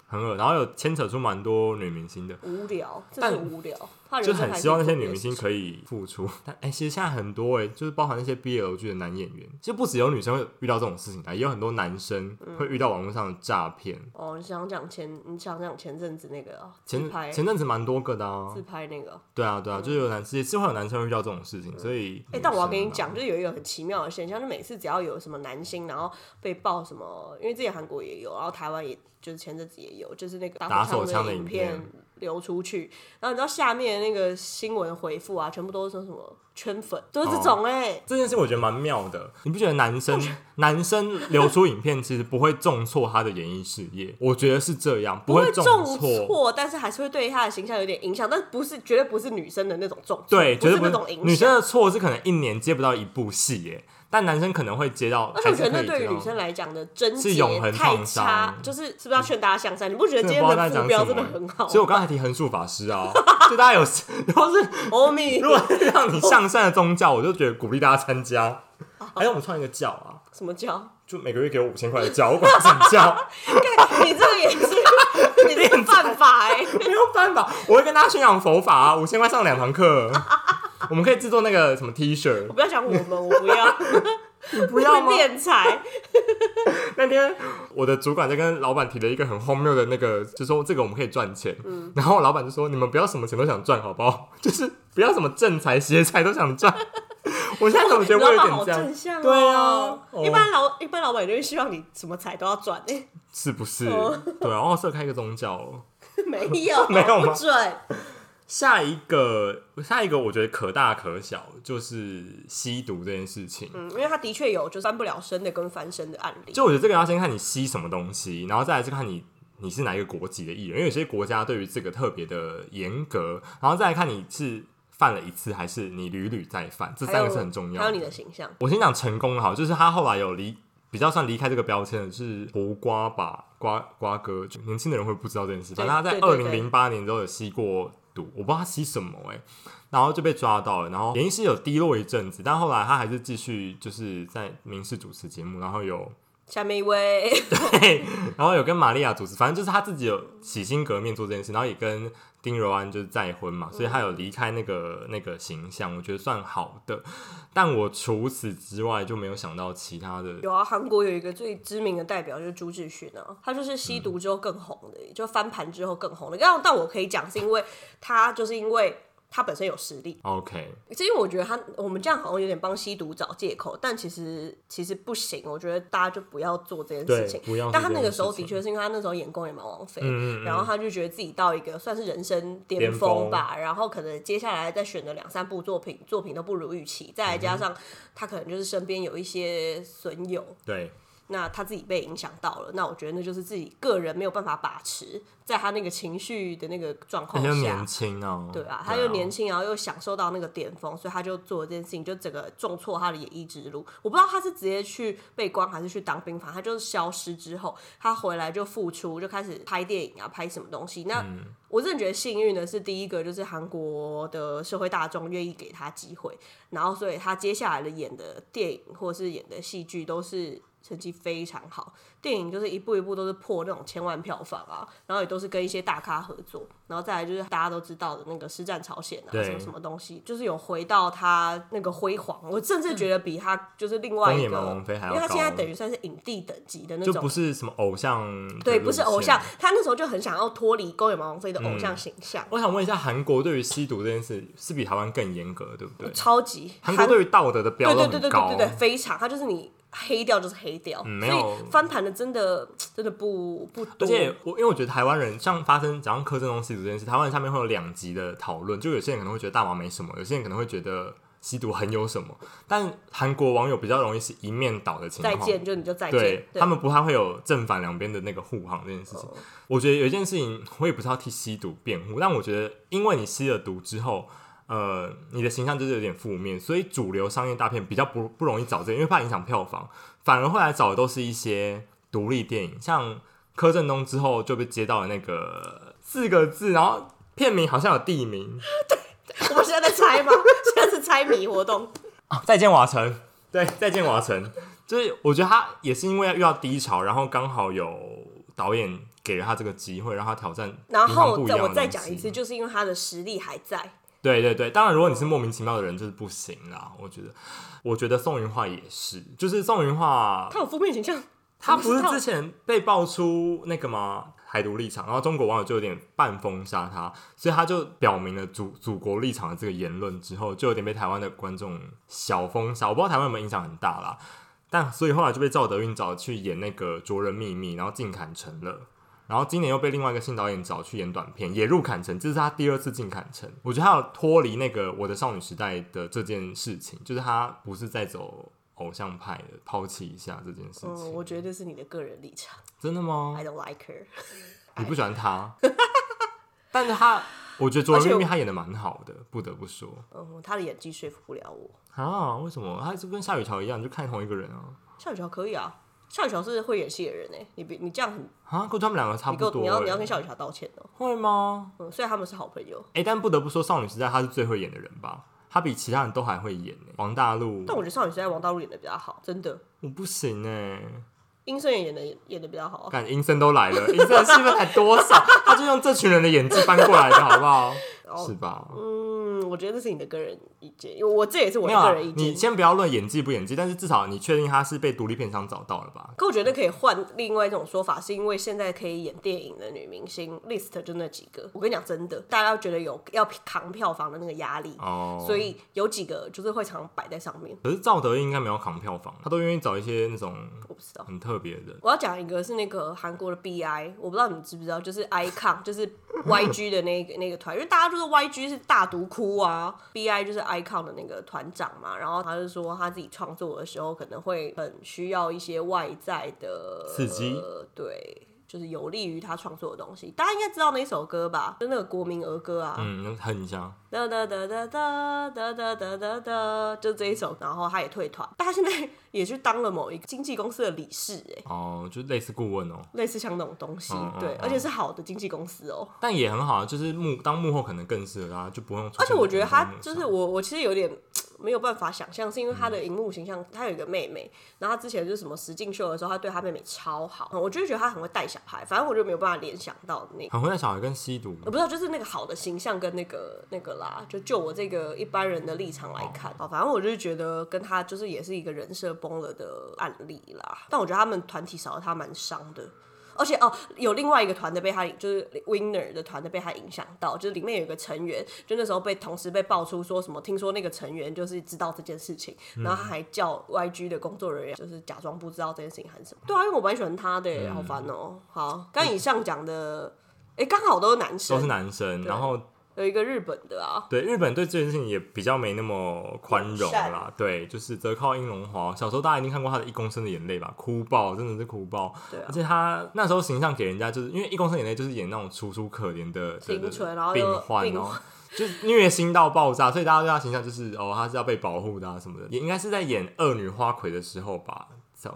Speaker 1: 很恶，然后有牵扯出蛮多女明星的，
Speaker 2: 无聊，真
Speaker 1: 但
Speaker 2: 是无聊。他人
Speaker 1: 就
Speaker 2: 生
Speaker 1: 很
Speaker 2: 还是
Speaker 1: 希望那些
Speaker 2: 特别
Speaker 1: 女明星
Speaker 2: 的事
Speaker 1: 可以付出。 [LAUGHS] 但哎、其实现在很多哎、就是包含那些 BL 剧的男演员，其实不只有女生会遇到这种事情啊，也有很多男生
Speaker 2: 嗯
Speaker 1: 会遇到网络上的诈骗。
Speaker 2: 哦，你想讲前，你想讲前阵子那个啊自
Speaker 1: 前
Speaker 2: 拍
Speaker 1: 前阵子蛮多个的啊
Speaker 2: 自，拍那个，
Speaker 1: 对啊对啊，就是有男是是会有男生遇到这种事情，所以
Speaker 2: 哎，但我要跟你
Speaker 1: 女生啊
Speaker 2: 讲，，就是有一个很奇妙的现象，就每次只要有什么男星，然后被爆什么，因为之前韩国也有，然后台湾也就是前阵子也有，就是那个
Speaker 1: 打
Speaker 2: 手
Speaker 1: 手枪
Speaker 2: 的
Speaker 1: 的
Speaker 2: 影
Speaker 1: 影片
Speaker 2: 流出去。然后你知道下面那个新闻回复啊，全部都是说什么圈粉，都是这
Speaker 1: 哦
Speaker 2: 种哎、
Speaker 1: 这件事我觉得蛮妙的，你不觉得男生男生流出影片其实不会重挫他的演艺事业？我觉得是这样，不
Speaker 2: 会
Speaker 1: 重挫。
Speaker 2: 错，但是还是会对他的形象有点影响，但不是绝对不是女生的那种重挫，
Speaker 1: 对，
Speaker 2: 不
Speaker 1: 绝对
Speaker 2: 是
Speaker 1: 不
Speaker 2: 那种影响。
Speaker 1: 女生的错是可能一年接不到一部戏耶，但男生可能会接到，
Speaker 2: 而且我
Speaker 1: 还是
Speaker 2: 觉得那
Speaker 1: 可以
Speaker 2: 对于
Speaker 1: 接到
Speaker 2: 女生来讲的贞
Speaker 1: 是永
Speaker 2: 洁
Speaker 1: 恒
Speaker 2: 太
Speaker 1: 创伤嗯
Speaker 2: 差，就是是不是要劝大家向善？你不觉得今天
Speaker 1: 真的不知道在
Speaker 2: 的副
Speaker 1: 讲
Speaker 2: 标
Speaker 1: 什
Speaker 2: 真的
Speaker 1: 么
Speaker 2: 很好
Speaker 1: 欸。所以我刚才提横竖法师啊， [LAUGHS] 就大家有，如果是 [LAUGHS]
Speaker 2: 欧米
Speaker 1: 如果是让你上善的宗教，我就觉得鼓励大家参加。
Speaker 2: 哦
Speaker 1: 还有我们创一个教啊，
Speaker 2: 什么教？
Speaker 1: 就每个月给我五千块的教，我管什么教？
Speaker 2: 你这个也是，
Speaker 1: [LAUGHS]
Speaker 2: 你这个犯法哎、
Speaker 1: 没有办法，我会跟大家宣扬佛法啊，五千块上两堂课， [LAUGHS] 我们可以制作那个什么 T 恤
Speaker 2: 我，不要讲我们，我不要，
Speaker 1: [LAUGHS] 你不要吗？
Speaker 2: 敛财。
Speaker 1: 那天我的主管在跟老板提了一个很荒谬的那个，就说这个我们可以赚钱，然后老板就说你们不要什么钱都想赚，好不好？ [LAUGHS] 就是不要什么正财邪财都想赚。 [LAUGHS] 我现在怎么觉得我
Speaker 2: 老
Speaker 1: 有
Speaker 2: 板
Speaker 1: 点
Speaker 2: 好
Speaker 1: 这样
Speaker 2: 正，向、哦，
Speaker 1: 对啊哦
Speaker 2: 一般老一般老板就会希望你什么财都要赚，哎、
Speaker 1: 是不是？
Speaker 2: 哦
Speaker 1: 对啊，哦，是要开一个宗教、哦。
Speaker 2: 没有，
Speaker 1: [LAUGHS] 没有吗
Speaker 2: 不准。
Speaker 1: 下一个，下一个，我觉得可大可小，就是吸毒这件事情。
Speaker 2: 嗯，因为他的确有就翻不了身的跟翻身的案例。
Speaker 1: 就我觉得这个要先看你吸什么东西，然后再来是看你你是哪一个国籍的艺人，因为有些国家对于这个特别的严格，然后再来看你是犯了一次还是你屡屡再犯，这
Speaker 2: 还
Speaker 1: 三
Speaker 2: 有
Speaker 1: 个是很重要
Speaker 2: 还有你的形象，
Speaker 1: 我先讲成功的好，就是他后来有离比较算离开这个标签的是胡瓜吧，瓜瓜哥，就年轻的人会不知道这件事，反
Speaker 2: 对
Speaker 1: 正他在
Speaker 2: 对
Speaker 1: 二
Speaker 2: 对
Speaker 1: 零
Speaker 2: 对
Speaker 1: 零八年之后有吸过毒，我不知道他吸什么哎、欸然后就被抓到了，然后演艺是有低落一阵子，但后来他还是继续就是在民视主持节目，然后有
Speaker 2: 下面一位
Speaker 1: 对，然后有跟玛利亚主持，反正就是他自己有洗心革面做这件事，然后也跟丁柔安就是再婚嘛，所以他有离开那个那个形象，我觉得算好的。但我除此之外就没有想到其他的，
Speaker 2: 有啊，韩国有一个最知名的代表就是朱智勋啊，他就是吸毒之后更红
Speaker 1: 嗯
Speaker 2: 的，就翻盘之后更红的。但但我可以讲，是因为他就是因为他本身有实力，
Speaker 1: OK，
Speaker 2: 是因为我觉得他我们这样好像有点帮吸毒找借口，但其实其实不行，我觉得大家就不要做这件事情
Speaker 1: 对不要。做
Speaker 2: 但他那
Speaker 1: 这件
Speaker 2: 个
Speaker 1: 事
Speaker 2: 时候的
Speaker 1: 情
Speaker 2: 确是因为他那时候眼光也蛮王菲，
Speaker 1: 嗯嗯嗯
Speaker 2: 然后他就觉得自己到一个算是人生巅
Speaker 1: 巅
Speaker 2: 峰
Speaker 1: 峰
Speaker 2: 吧，然后可能接下来再选的两三部作品，作品都不如预期，再来加上他可能就是身边有一些损友，
Speaker 1: 对，
Speaker 2: 那他自己被影响到了，那我觉得那就是自己个人没有办法把持，在他那个情绪的那个状
Speaker 1: 他
Speaker 2: 况
Speaker 1: 就
Speaker 2: 下
Speaker 1: 年，轻哦，
Speaker 2: 对啊，他又年轻，然后又享受到那个巅峰，所以他就做了这件事情，就整个重挫他的演艺之路。我不知道他是直接去被关还是去当兵，反正他就是消失之后，他回来就复出，就开始拍电影啊，拍什么东西。那、我真的觉得幸运的是，第一个就是韩国的社会大众愿意给他机会，然后所以他接下来的演的电影或是演的戏剧都是。成绩非常好，电影就是一步一步都是破那种千万票房啊，然后也都是跟一些大咖合作，然后再来就是大家都知道的那个《师战朝鲜》啊，
Speaker 1: 对
Speaker 2: 什么什么东西，就是有回到他那个辉煌，我甚至觉得比他就是另外
Speaker 1: 宫嗯
Speaker 2: 一
Speaker 1: 野
Speaker 2: 个
Speaker 1: 马王妃，还
Speaker 2: 因
Speaker 1: 要
Speaker 2: 为他现在
Speaker 1: 高
Speaker 2: 等于算是影帝等级的那
Speaker 1: 就
Speaker 2: 种，
Speaker 1: 不是什么偶像，
Speaker 2: 对，不是偶像。，他那时候就很想要脱离宫野马王妃的偶像
Speaker 1: 嗯
Speaker 2: 形象，
Speaker 1: 我想问一下，韩国对于吸毒这件事是比台湾更严格，对不对？
Speaker 2: 超级
Speaker 1: 韩国对于道德的标
Speaker 2: 对
Speaker 1: 准
Speaker 2: 对
Speaker 1: 很
Speaker 2: 对对
Speaker 1: 高，哦
Speaker 2: 对对对，非常，他就是你黑掉就是黑掉，
Speaker 1: 嗯没
Speaker 2: 所
Speaker 1: 有
Speaker 2: 以翻盘的真的真的不不
Speaker 1: 而
Speaker 2: 多，
Speaker 1: 且我因为我觉得台湾人像发生讲像柯震东吸毒这件事，台湾人下面会有两极的讨论，就有些人可能会觉得大麻没什么，有些人可能会觉得吸毒很有什么，但韩国网友比较容易是一面倒的情
Speaker 2: 再
Speaker 1: 况。
Speaker 2: 见就你就再见，
Speaker 1: 对
Speaker 2: 对哦
Speaker 1: 他们不太会有正反两边的那个护航这件事情。我觉得有一件事情，我也不是要替吸毒辩护，但我觉得因为你吸了毒之后，呃，你的形象就是有点负面，所以主流商业大片比较不不容易找这个，因为怕影响票房，反而会来找的都是一些独立电影，像柯震东之后就被接到了那个四个字，然后片名好像有地名，
Speaker 2: [LAUGHS] 我们现在在猜吗？ [LAUGHS] 现在是猜谜活动，
Speaker 1: 啊，再见瓦城，对，再见瓦城，就是我觉得他也是因为遇到低潮，然后刚好有导演给了他这个机会，让他挑战
Speaker 2: 然
Speaker 1: 平常
Speaker 2: 后
Speaker 1: 不一
Speaker 2: 再
Speaker 1: 样的
Speaker 2: 我再
Speaker 1: 东
Speaker 2: 讲
Speaker 1: 西
Speaker 2: 一次，，就是因为他的实力还在，
Speaker 1: 对对对，当然如果你是莫名其妙的人，就是不行啦。我觉得，我觉得宋云桦也是，就是宋云桦，
Speaker 2: 他有负面形象，
Speaker 1: 他不是
Speaker 2: 他
Speaker 1: 之前被爆出那个吗？台独立场，然后中国网友就有点半封杀他，所以他就表明了祖祖国立场的这个言论之后，就有点被台湾的观众小封杀。我不知道台湾有没有影响很大啦，但所以后来就被赵德胤找去演那个《卓人秘密》，然后进坎城了。然后今年又被另外一个新导演找去演短片，也入坎城，这是他第二次进坎城。我觉得他有脱离那个《我的少女时代》的这件事情，就是他不是在走偶像派的，抛弃一下这件事
Speaker 2: 嗯，
Speaker 1: 情。
Speaker 2: 我觉得这是你的个人立场。
Speaker 1: 真的吗
Speaker 2: I？don't like her。
Speaker 1: 你不喜欢他？ [LAUGHS] 但是他，我觉得《昨
Speaker 2: 而且
Speaker 1: 日秘密
Speaker 2: 我》
Speaker 1: 他演的蛮好的，不得不说
Speaker 2: 嗯，她的演技说服不了我。
Speaker 1: 啊。为什么？他就跟夏雨乔一样，就看同一个人啊。
Speaker 2: 夏雨乔可以啊，夏雨乔是会演戏的人哎、你别你这样很，
Speaker 1: 啊，跟他们两个差
Speaker 2: 你跟
Speaker 1: 不多、
Speaker 2: 我你要你要跟
Speaker 1: 欸。
Speaker 2: 夏雨乔道歉哦、
Speaker 1: 会吗？
Speaker 2: 嗯，虽然他们是好朋友，
Speaker 1: 哎、但不得不说，《少女时代》他是最会演的人吧？他比其他人都还会演、欸。王大陆，
Speaker 2: 但我觉得少女时代王大陆演的比较好，真的。
Speaker 1: 我不行哎、
Speaker 2: 殷正也演的演的比较好啊，
Speaker 1: 看阴森都来了，阴森的戏份才多少？ [LAUGHS] 他就用这群人的演技搬过来的，好不好？是吧？
Speaker 2: 哦嗯，我觉得这是你的个人意见，因为我这也是我
Speaker 1: 没
Speaker 2: 的
Speaker 1: 有、啊
Speaker 2: 个人意，
Speaker 1: 你
Speaker 2: 见。
Speaker 1: 先不要论演技不演技，但是至少你确定他是被独立片商找到了吧？
Speaker 2: 可我觉得可以换另外一种说法，是因为现在可以演电影的女明星 list 就那几个。我跟你讲，真的，大家觉得有要扛票房的那个压力，
Speaker 1: 哦，
Speaker 2: 所以有几个就是会常摆在上面。
Speaker 1: 可是赵德胤应该没有扛票房，他都愿意找一些那种
Speaker 2: 我不知道，
Speaker 1: 很特别的人。
Speaker 2: 我要讲一个是那个韩国的 BI，我不知道你们知不知道，就是 Icon，就是 [LAUGHS] YG 的那个那个团，因为大家就是 YG 是大毒窟啊，BI 就是 Icon 的那个团长嘛，然后他就说他自己创作的时候可能会很需要一些外在的
Speaker 1: 刺激
Speaker 2: 呃对。就是有利于他创作的东西，大家应该知道那首歌吧？就那个国民儿歌啊，
Speaker 1: 嗯，很像。
Speaker 2: 哒哒哒哒哒哒哒哒哒哒，就这一首。然后他也退团，但他现在也去当了某一个经纪公司的理事、哎，
Speaker 1: 哦，就类似顾问哦，
Speaker 2: 类似像那种东西，
Speaker 1: 嗯嗯
Speaker 2: 对，
Speaker 1: 嗯
Speaker 2: 而且是好的经纪公司哦。
Speaker 1: 但也很好，啊，就是幕当幕后可能更适合他，就不用出现在荧幕上。
Speaker 2: 而且我觉得他就是我，我其实有点没有办法想象，是因为他的荧幕形象，他有一个妹妹，然后他之前就是什么实境秀的时候，他对他妹妹超好，嗯我就觉得他很会带小孩，反正我就没有办法联想到那。呃
Speaker 1: 很会带小孩跟吸毒
Speaker 2: 我不知道，就是那个好的形象跟那个那个啦，就就我这个一般人的立场来看，哦，反正我就是觉得跟他就是也是一个人设崩了的案例啦。但我觉得他们团体少了他蛮伤的，而且哦，有另外一个团的被他就是 Winner 的团的被他影响到，就是里面有一个成员，就那时候被同时被爆出说什么，听说那个成员就是知道这件事情，然
Speaker 1: 嗯
Speaker 2: 后他还叫 YG 的工作人员就是假装不知道这件事情还是什么。对啊，因为我蛮喜欢他的耶，好烦
Speaker 1: 嗯
Speaker 2: 哦、好，刚以上讲的。哎，刚好都是男生，
Speaker 1: 都是男生，然后
Speaker 2: 有一个日本的啊，
Speaker 1: 对日本对这件事情也比较没那么宽容啦
Speaker 2: 善，
Speaker 1: 对，就是泽靠英龙华，小时候大家一定看过他的一公升的眼泪吧，哭爆，真的是哭爆，
Speaker 2: 对啊
Speaker 1: 而且他那时候形象给人家就是因为一公升眼泪就是演那种楚楚可怜的的
Speaker 2: 清纯
Speaker 1: 的
Speaker 2: 然后又
Speaker 1: 病患
Speaker 2: 病
Speaker 1: 哦
Speaker 2: 患。
Speaker 1: [LAUGHS] 就是虐心到爆炸，所以大家对他形象就是哦，他是要被保护的啊什么的，也应该是在演恶女花魁的时候吧，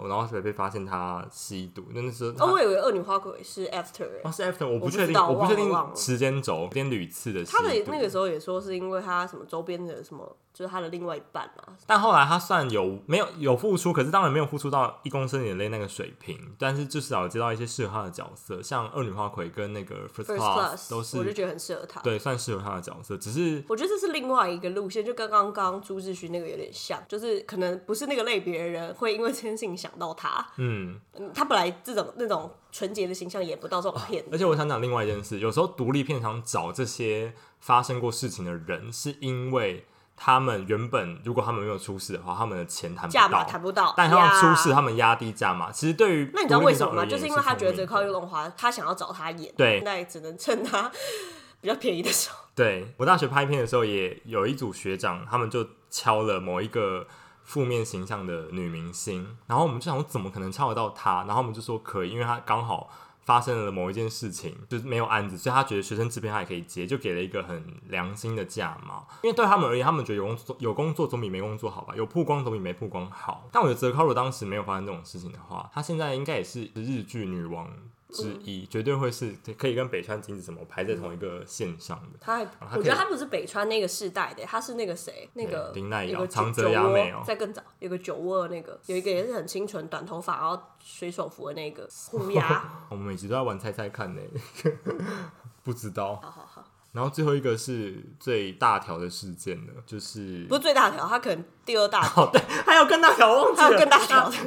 Speaker 1: 然后才被发现他吸毒，那那时候他
Speaker 2: 哦，我以为恶女花魁是 After，欸、
Speaker 1: 哦，是 After，我
Speaker 2: 不
Speaker 1: 不确
Speaker 2: 知
Speaker 1: 定，
Speaker 2: 道
Speaker 1: 我不确定
Speaker 2: 忘了忘了
Speaker 1: 时间轴，有点屡次的。
Speaker 2: 他的那个，时候也说是因为他什么周边的什么，就是他的另外一半啊，
Speaker 1: 但后来他算有没有有付出，可是当然没有付出到一公升眼泪那个水平，但是至少有接到一些适合他的角色，像恶女花魁跟那个 First
Speaker 2: First
Speaker 1: Class
Speaker 2: Class，
Speaker 1: 都
Speaker 2: 我就是觉得很适合他。
Speaker 1: 对算适合他的角色，只是
Speaker 2: 我觉得这是另外一个路线，就跟刚刚朱志勋那个有点像，就是可能不是那个类别的人会因为这件事情想到他，
Speaker 1: 嗯，
Speaker 2: 嗯他本来这种那种纯洁的形象演不到这种片
Speaker 1: 而且我想讲另外一件事，有时候独立片场找这些发生过事情的人，是因为他们原本如果他们没有出事的话，他们的钱谈不
Speaker 2: 价码
Speaker 1: 到。
Speaker 2: 谈不到，
Speaker 1: 但他们
Speaker 2: 呀
Speaker 1: 出事，他们压低价嘛。其实对于
Speaker 2: 那你知道为什么
Speaker 1: 独
Speaker 2: 吗？
Speaker 1: 立片场而言
Speaker 2: 就是因为他觉得
Speaker 1: 是
Speaker 2: 泽
Speaker 1: 聪
Speaker 2: 靠
Speaker 1: 明
Speaker 2: 玉
Speaker 1: 的
Speaker 2: 龙华，他想要找他演，
Speaker 1: 对
Speaker 2: 那也只能趁他 [LAUGHS] 比较便宜的时候。
Speaker 1: 对我大学拍片的时候，也有一组学长，他们就敲了某一个负面形象的女明星，然后我们就想说，怎么可能敲得到她？然后我们就说可以，因为她刚好发生了某一件事情，就是没有案子，所以他觉得学生制片还可以接，就给了一个很良心的价嘛。因为对他们而言，他们觉得有工作有工作总比没工作好吧，有曝光总比没曝光好。但我觉得泽靠如当时没有发生这种事情的话，她现在应该也是日剧女王。之一绝对会是可以跟北川景子什么排在同一个线上的，
Speaker 2: 他还
Speaker 1: 哦他可以
Speaker 2: 我觉得他不是北川那个世代的，他是那个谁，那个
Speaker 1: 林奈瑶
Speaker 2: 有个
Speaker 1: 长泽
Speaker 2: 酒
Speaker 1: 雅美哦
Speaker 2: 窝，在更早有个酒窝的那个，有一个也是很清纯，短头发，然后水手服的那个虎牙。
Speaker 1: [LAUGHS] 我们每集都在玩猜猜看呢， [LAUGHS] 不知道。
Speaker 2: 好哦好好，
Speaker 1: 然后最后一个是最大条的事件了，就是
Speaker 2: 不是最大条，他可能第二大条，
Speaker 1: 哦，对，还有更大条，我忘记
Speaker 2: 还有
Speaker 1: 了
Speaker 2: 更大
Speaker 1: [LAUGHS]
Speaker 2: 条的。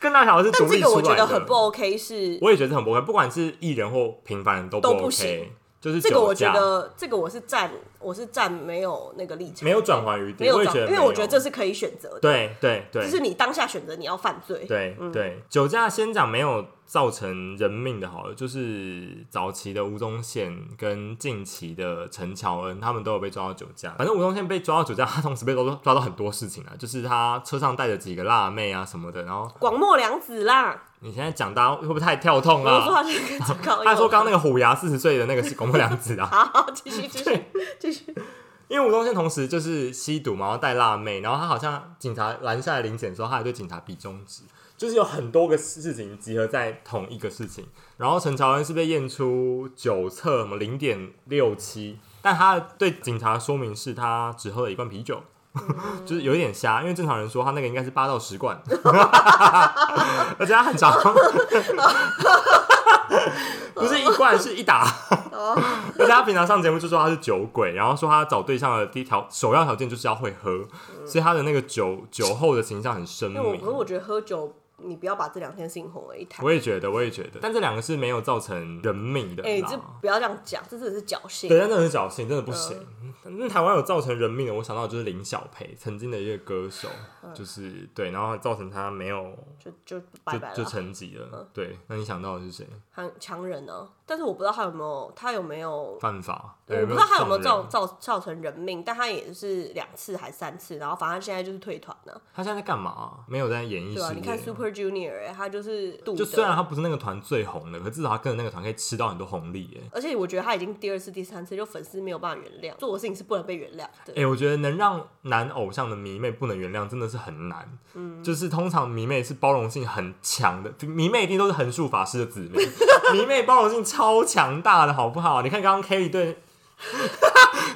Speaker 1: 更大条是独
Speaker 2: 但
Speaker 1: 立
Speaker 2: 这
Speaker 1: 出来的。
Speaker 2: 个我觉得很不 OK，是
Speaker 1: 我也觉得很不 OK，不管是艺人或平凡人都不
Speaker 2: 都
Speaker 1: OK，
Speaker 2: 不行
Speaker 1: 就是
Speaker 2: 这个我
Speaker 1: 酒驾
Speaker 2: 觉得这个我是站我是站没有那个立场，
Speaker 1: 没有转圜余地，
Speaker 2: 没有
Speaker 1: 我也
Speaker 2: 转，
Speaker 1: 觉得
Speaker 2: 因
Speaker 1: 没
Speaker 2: 为
Speaker 1: 有，
Speaker 2: 我觉得这是可以选择的，
Speaker 1: 对对对，
Speaker 2: 就是你当下选择你要犯罪，
Speaker 1: 对对，酒驾先讲没有造成人命的，好了，就是早期的吴宗宪跟近期的陈乔恩，他们都有被抓到酒驾。反正吴宗宪被抓到酒驾，他同时被抓到抓到很多事情啊，就是他车上带着几个辣妹啊什么的。然后
Speaker 2: 广末凉子啦，
Speaker 1: 你现在讲大家会不会太跳痛
Speaker 2: 我说
Speaker 1: 啊？
Speaker 2: 他是跟陈
Speaker 1: [LAUGHS]
Speaker 2: 高
Speaker 1: 他说刚刚那个虎牙四十岁的那个是广播良子啊， [LAUGHS]
Speaker 2: 好好继续继续继续，
Speaker 1: 嗯因为吴宗宪同时就是吸毒嘛，然后带辣妹，然后他好像警察拦下来临检的时候，他还对警察比中指，就是有很多个事情集合在同一个事情。然后陈乔恩是被验出酒测什么零点六七，但他对警察说明是他只喝了一罐啤酒。就是有一点瞎，因为正常人说他那个应该是八到十罐，而且他很长，不是一罐是一打，而且他平常上节目就说他是酒鬼，然后说他找对象的第一条首要条件就是要会喝，所以他的那个酒酒后的形象很鲜
Speaker 2: 因为我
Speaker 1: 明
Speaker 2: 可是。我觉得喝酒你不要把这两件事情混为一谈，
Speaker 1: 我也觉得，我也觉得，但这两个是没有造成人命的啦。
Speaker 2: 哎，这嗯不要这样讲，这真的是侥幸，
Speaker 1: 对，但真的是侥幸，真的不行。那、台湾有造成人命的，我想到的就是林小培，曾经的一个歌手，
Speaker 2: 嗯
Speaker 1: 就是对，然后造成他没有
Speaker 2: 就就拜拜
Speaker 1: 就就
Speaker 2: 了，嗯
Speaker 1: 沉寂了。 [LAUGHS] 对，那你想到的是谁？
Speaker 2: 很强人呢，但是我不知道他有没有他有没有
Speaker 1: 犯法？
Speaker 2: 我不知道他有没有造
Speaker 1: 撞人
Speaker 2: 造造成人命，但他也是两次还三次，然后反正他现在就是退团了，
Speaker 1: 他现在在干嘛啊、没有在演艺
Speaker 2: 对吧、
Speaker 1: 事
Speaker 2: 你看
Speaker 1: 业。
Speaker 2: Super Junior，、欸、他就是赌
Speaker 1: 就虽然
Speaker 2: 的，
Speaker 1: 他不是那个团最红的，可至少他跟着那个团可以吃到很多红利耶。
Speaker 2: 而且我觉得他已经第二次、第三次，就粉丝没有办法原谅，做的事情是不能被原谅的。
Speaker 1: 哎、我觉得能让男偶像的迷妹不能原谅，真的是很难。嗯，就是通常迷妹是包容性很强的，迷妹一定都是横竖法师的
Speaker 2: [LAUGHS]
Speaker 1: 子民，迷妹包容性超强大的，好不好？你看刚刚 Kelly 对 [LAUGHS]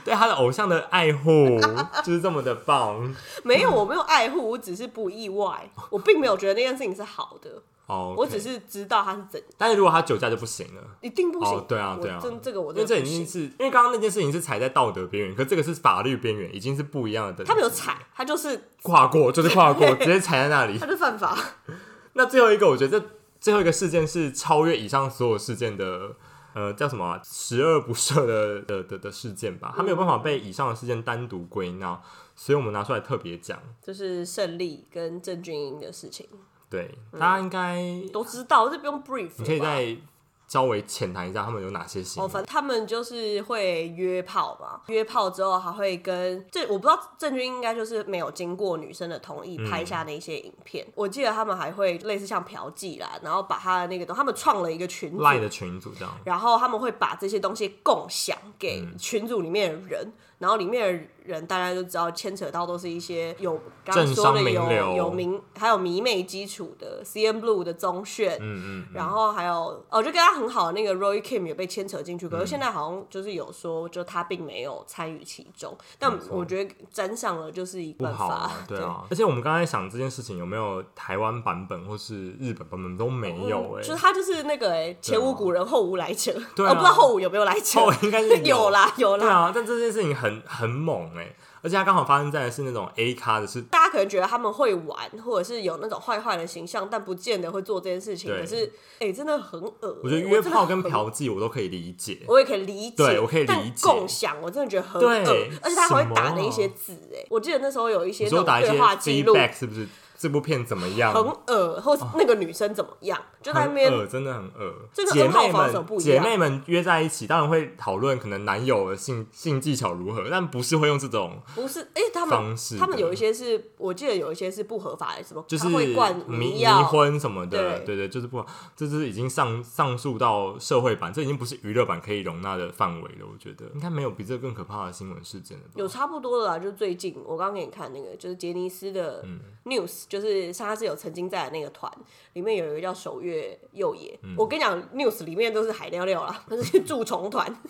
Speaker 1: 对他的偶像的爱
Speaker 2: [LAUGHS]
Speaker 1: 护，就是这么的棒。
Speaker 2: 没有，我没有爱护，我只是不意外，我并没有觉得那件事情是好的，
Speaker 1: 哦、
Speaker 2: 我只，是知道他是怎，
Speaker 1: 但是如果他酒驾就不行了。
Speaker 2: 一定不行。
Speaker 1: 哦对啊对啊
Speaker 2: 我真这个我
Speaker 1: 因为这
Speaker 2: 真的
Speaker 1: 已
Speaker 2: 不
Speaker 1: 经
Speaker 2: 行。
Speaker 1: 是因为刚刚那件事情是踩在道德边缘，可这个是法律边缘，已经是不一样的等级。
Speaker 2: 他没有踩，他就是
Speaker 1: 跨过，就是跨
Speaker 2: [LAUGHS]
Speaker 1: 过，直接踩在那里
Speaker 2: 他。就犯法。 [LAUGHS]
Speaker 1: 那最后一个，我觉得这最后一个事件是超越以上所有事件的，呃，叫什么啊、十恶不赦的的的的事件
Speaker 2: 嗯
Speaker 1: 吧，它没有办法被以上的事件单独归纳，所以我们拿出来特别讲。
Speaker 2: 就是胜利跟郑俊英的事情
Speaker 1: 对，
Speaker 2: 嗯
Speaker 1: 大家应该你
Speaker 2: 都知道，这不用 brief 了吧。
Speaker 1: 可以再稍微浅谈一下他们有哪些行
Speaker 2: 哦，
Speaker 1: 为。
Speaker 2: 反正他们就是会约炮嘛，约炮之后还会跟这我不知道郑钧应该就是没有经过女生的同意拍下那些影片。
Speaker 1: 嗯
Speaker 2: 我记得他们还会类似像嫖妓啦，然后把他的那个东，他们创了一个群组，
Speaker 1: 赖的群组这样，
Speaker 2: 然后他们会把这些东西共享给
Speaker 1: 嗯
Speaker 2: 群组里面的人，然后里面的人大家就知道牵扯到都是一些有刚刚说的
Speaker 1: 政商名流
Speaker 2: 有有名还有迷妹基础的 CN Blue 的宗炫，
Speaker 1: 嗯嗯，
Speaker 2: 然后还有哦，就跟他很好的那个 Roy Kim 也被牵扯进去，
Speaker 1: 嗯
Speaker 2: 可是现在好像就是有说，就他并没有参与其中，但
Speaker 1: 没错
Speaker 2: 我觉得沾上了就是一个
Speaker 1: 不
Speaker 2: 办
Speaker 1: 好
Speaker 2: 法
Speaker 1: 啊，，对啊。而且我们刚才想这件事情有没有台湾版本或是日本版本都没
Speaker 2: 对。
Speaker 1: 有
Speaker 2: 嗯
Speaker 1: 哎、
Speaker 2: 就是他就是那个哎、前无古人后无来者，
Speaker 1: 对啊
Speaker 2: [LAUGHS] 呃不知道后无有没有来者，
Speaker 1: 后哦无应该是有
Speaker 2: [LAUGHS] 有啦有
Speaker 1: 对
Speaker 2: 啦，
Speaker 1: 啊，但这件事情很很猛哎、而且它刚好发生在的是那种 A 咖的是
Speaker 2: 大家可能觉得他们会玩，或者是有那种坏坏的形象，但不见得会做这件事情。
Speaker 1: 对
Speaker 2: 可是，哎、真的很恶。欸
Speaker 1: 我觉得约
Speaker 2: 真的
Speaker 1: 炮跟
Speaker 2: 很，
Speaker 1: 嫖妓我都可以理解，
Speaker 2: 我也可以理解，
Speaker 1: 对我可以理
Speaker 2: 但
Speaker 1: 解
Speaker 2: 共享，我真的觉得很恶
Speaker 1: 对，
Speaker 2: 而且他还
Speaker 1: 什
Speaker 2: 会
Speaker 1: 么
Speaker 2: 打那一
Speaker 1: 啊
Speaker 2: 些字、哎，我记得那时候有一些
Speaker 1: 你
Speaker 2: 那
Speaker 1: 说
Speaker 2: 种
Speaker 1: 打一些
Speaker 2: 对话记录，
Speaker 1: feedback 是不是这部片怎么样？
Speaker 2: 很恶，或是那个女生怎么样，就在那边
Speaker 1: 很恶，真的很恶。
Speaker 2: 这跟
Speaker 1: 姐
Speaker 2: 恩浩
Speaker 1: 妹
Speaker 2: 防守
Speaker 1: 们
Speaker 2: 不一
Speaker 1: 姐
Speaker 2: 样
Speaker 1: 妹们约在一起，当然会讨论可能男友的性性技巧如何，但不是会用这种
Speaker 2: 不是，哎、他
Speaker 1: 方
Speaker 2: 们
Speaker 1: 式
Speaker 2: 他们
Speaker 1: 的
Speaker 2: 有一些是我记得有一些是不合法的，什么
Speaker 1: 就是
Speaker 2: 他会灌
Speaker 1: 迷迷
Speaker 2: 药，啊
Speaker 1: 婚什么的，
Speaker 2: 对
Speaker 1: 对对，就是不好，这就是已经上上诉到社会版，这已经不是娱乐版可以容纳的范围了。我觉得应该没有比这更可怕的新闻事件了吧？
Speaker 2: 有差不多了啦，就是最近我刚刚给你看那个，就是杰尼斯的
Speaker 1: 嗯
Speaker 2: News，、就是他是有曾经在的那个团里面有一个叫守月右野，
Speaker 1: 嗯
Speaker 2: 我跟你讲 News 里面都是海尿尿啦， [LAUGHS] 他是蛀虫团。 [LAUGHS]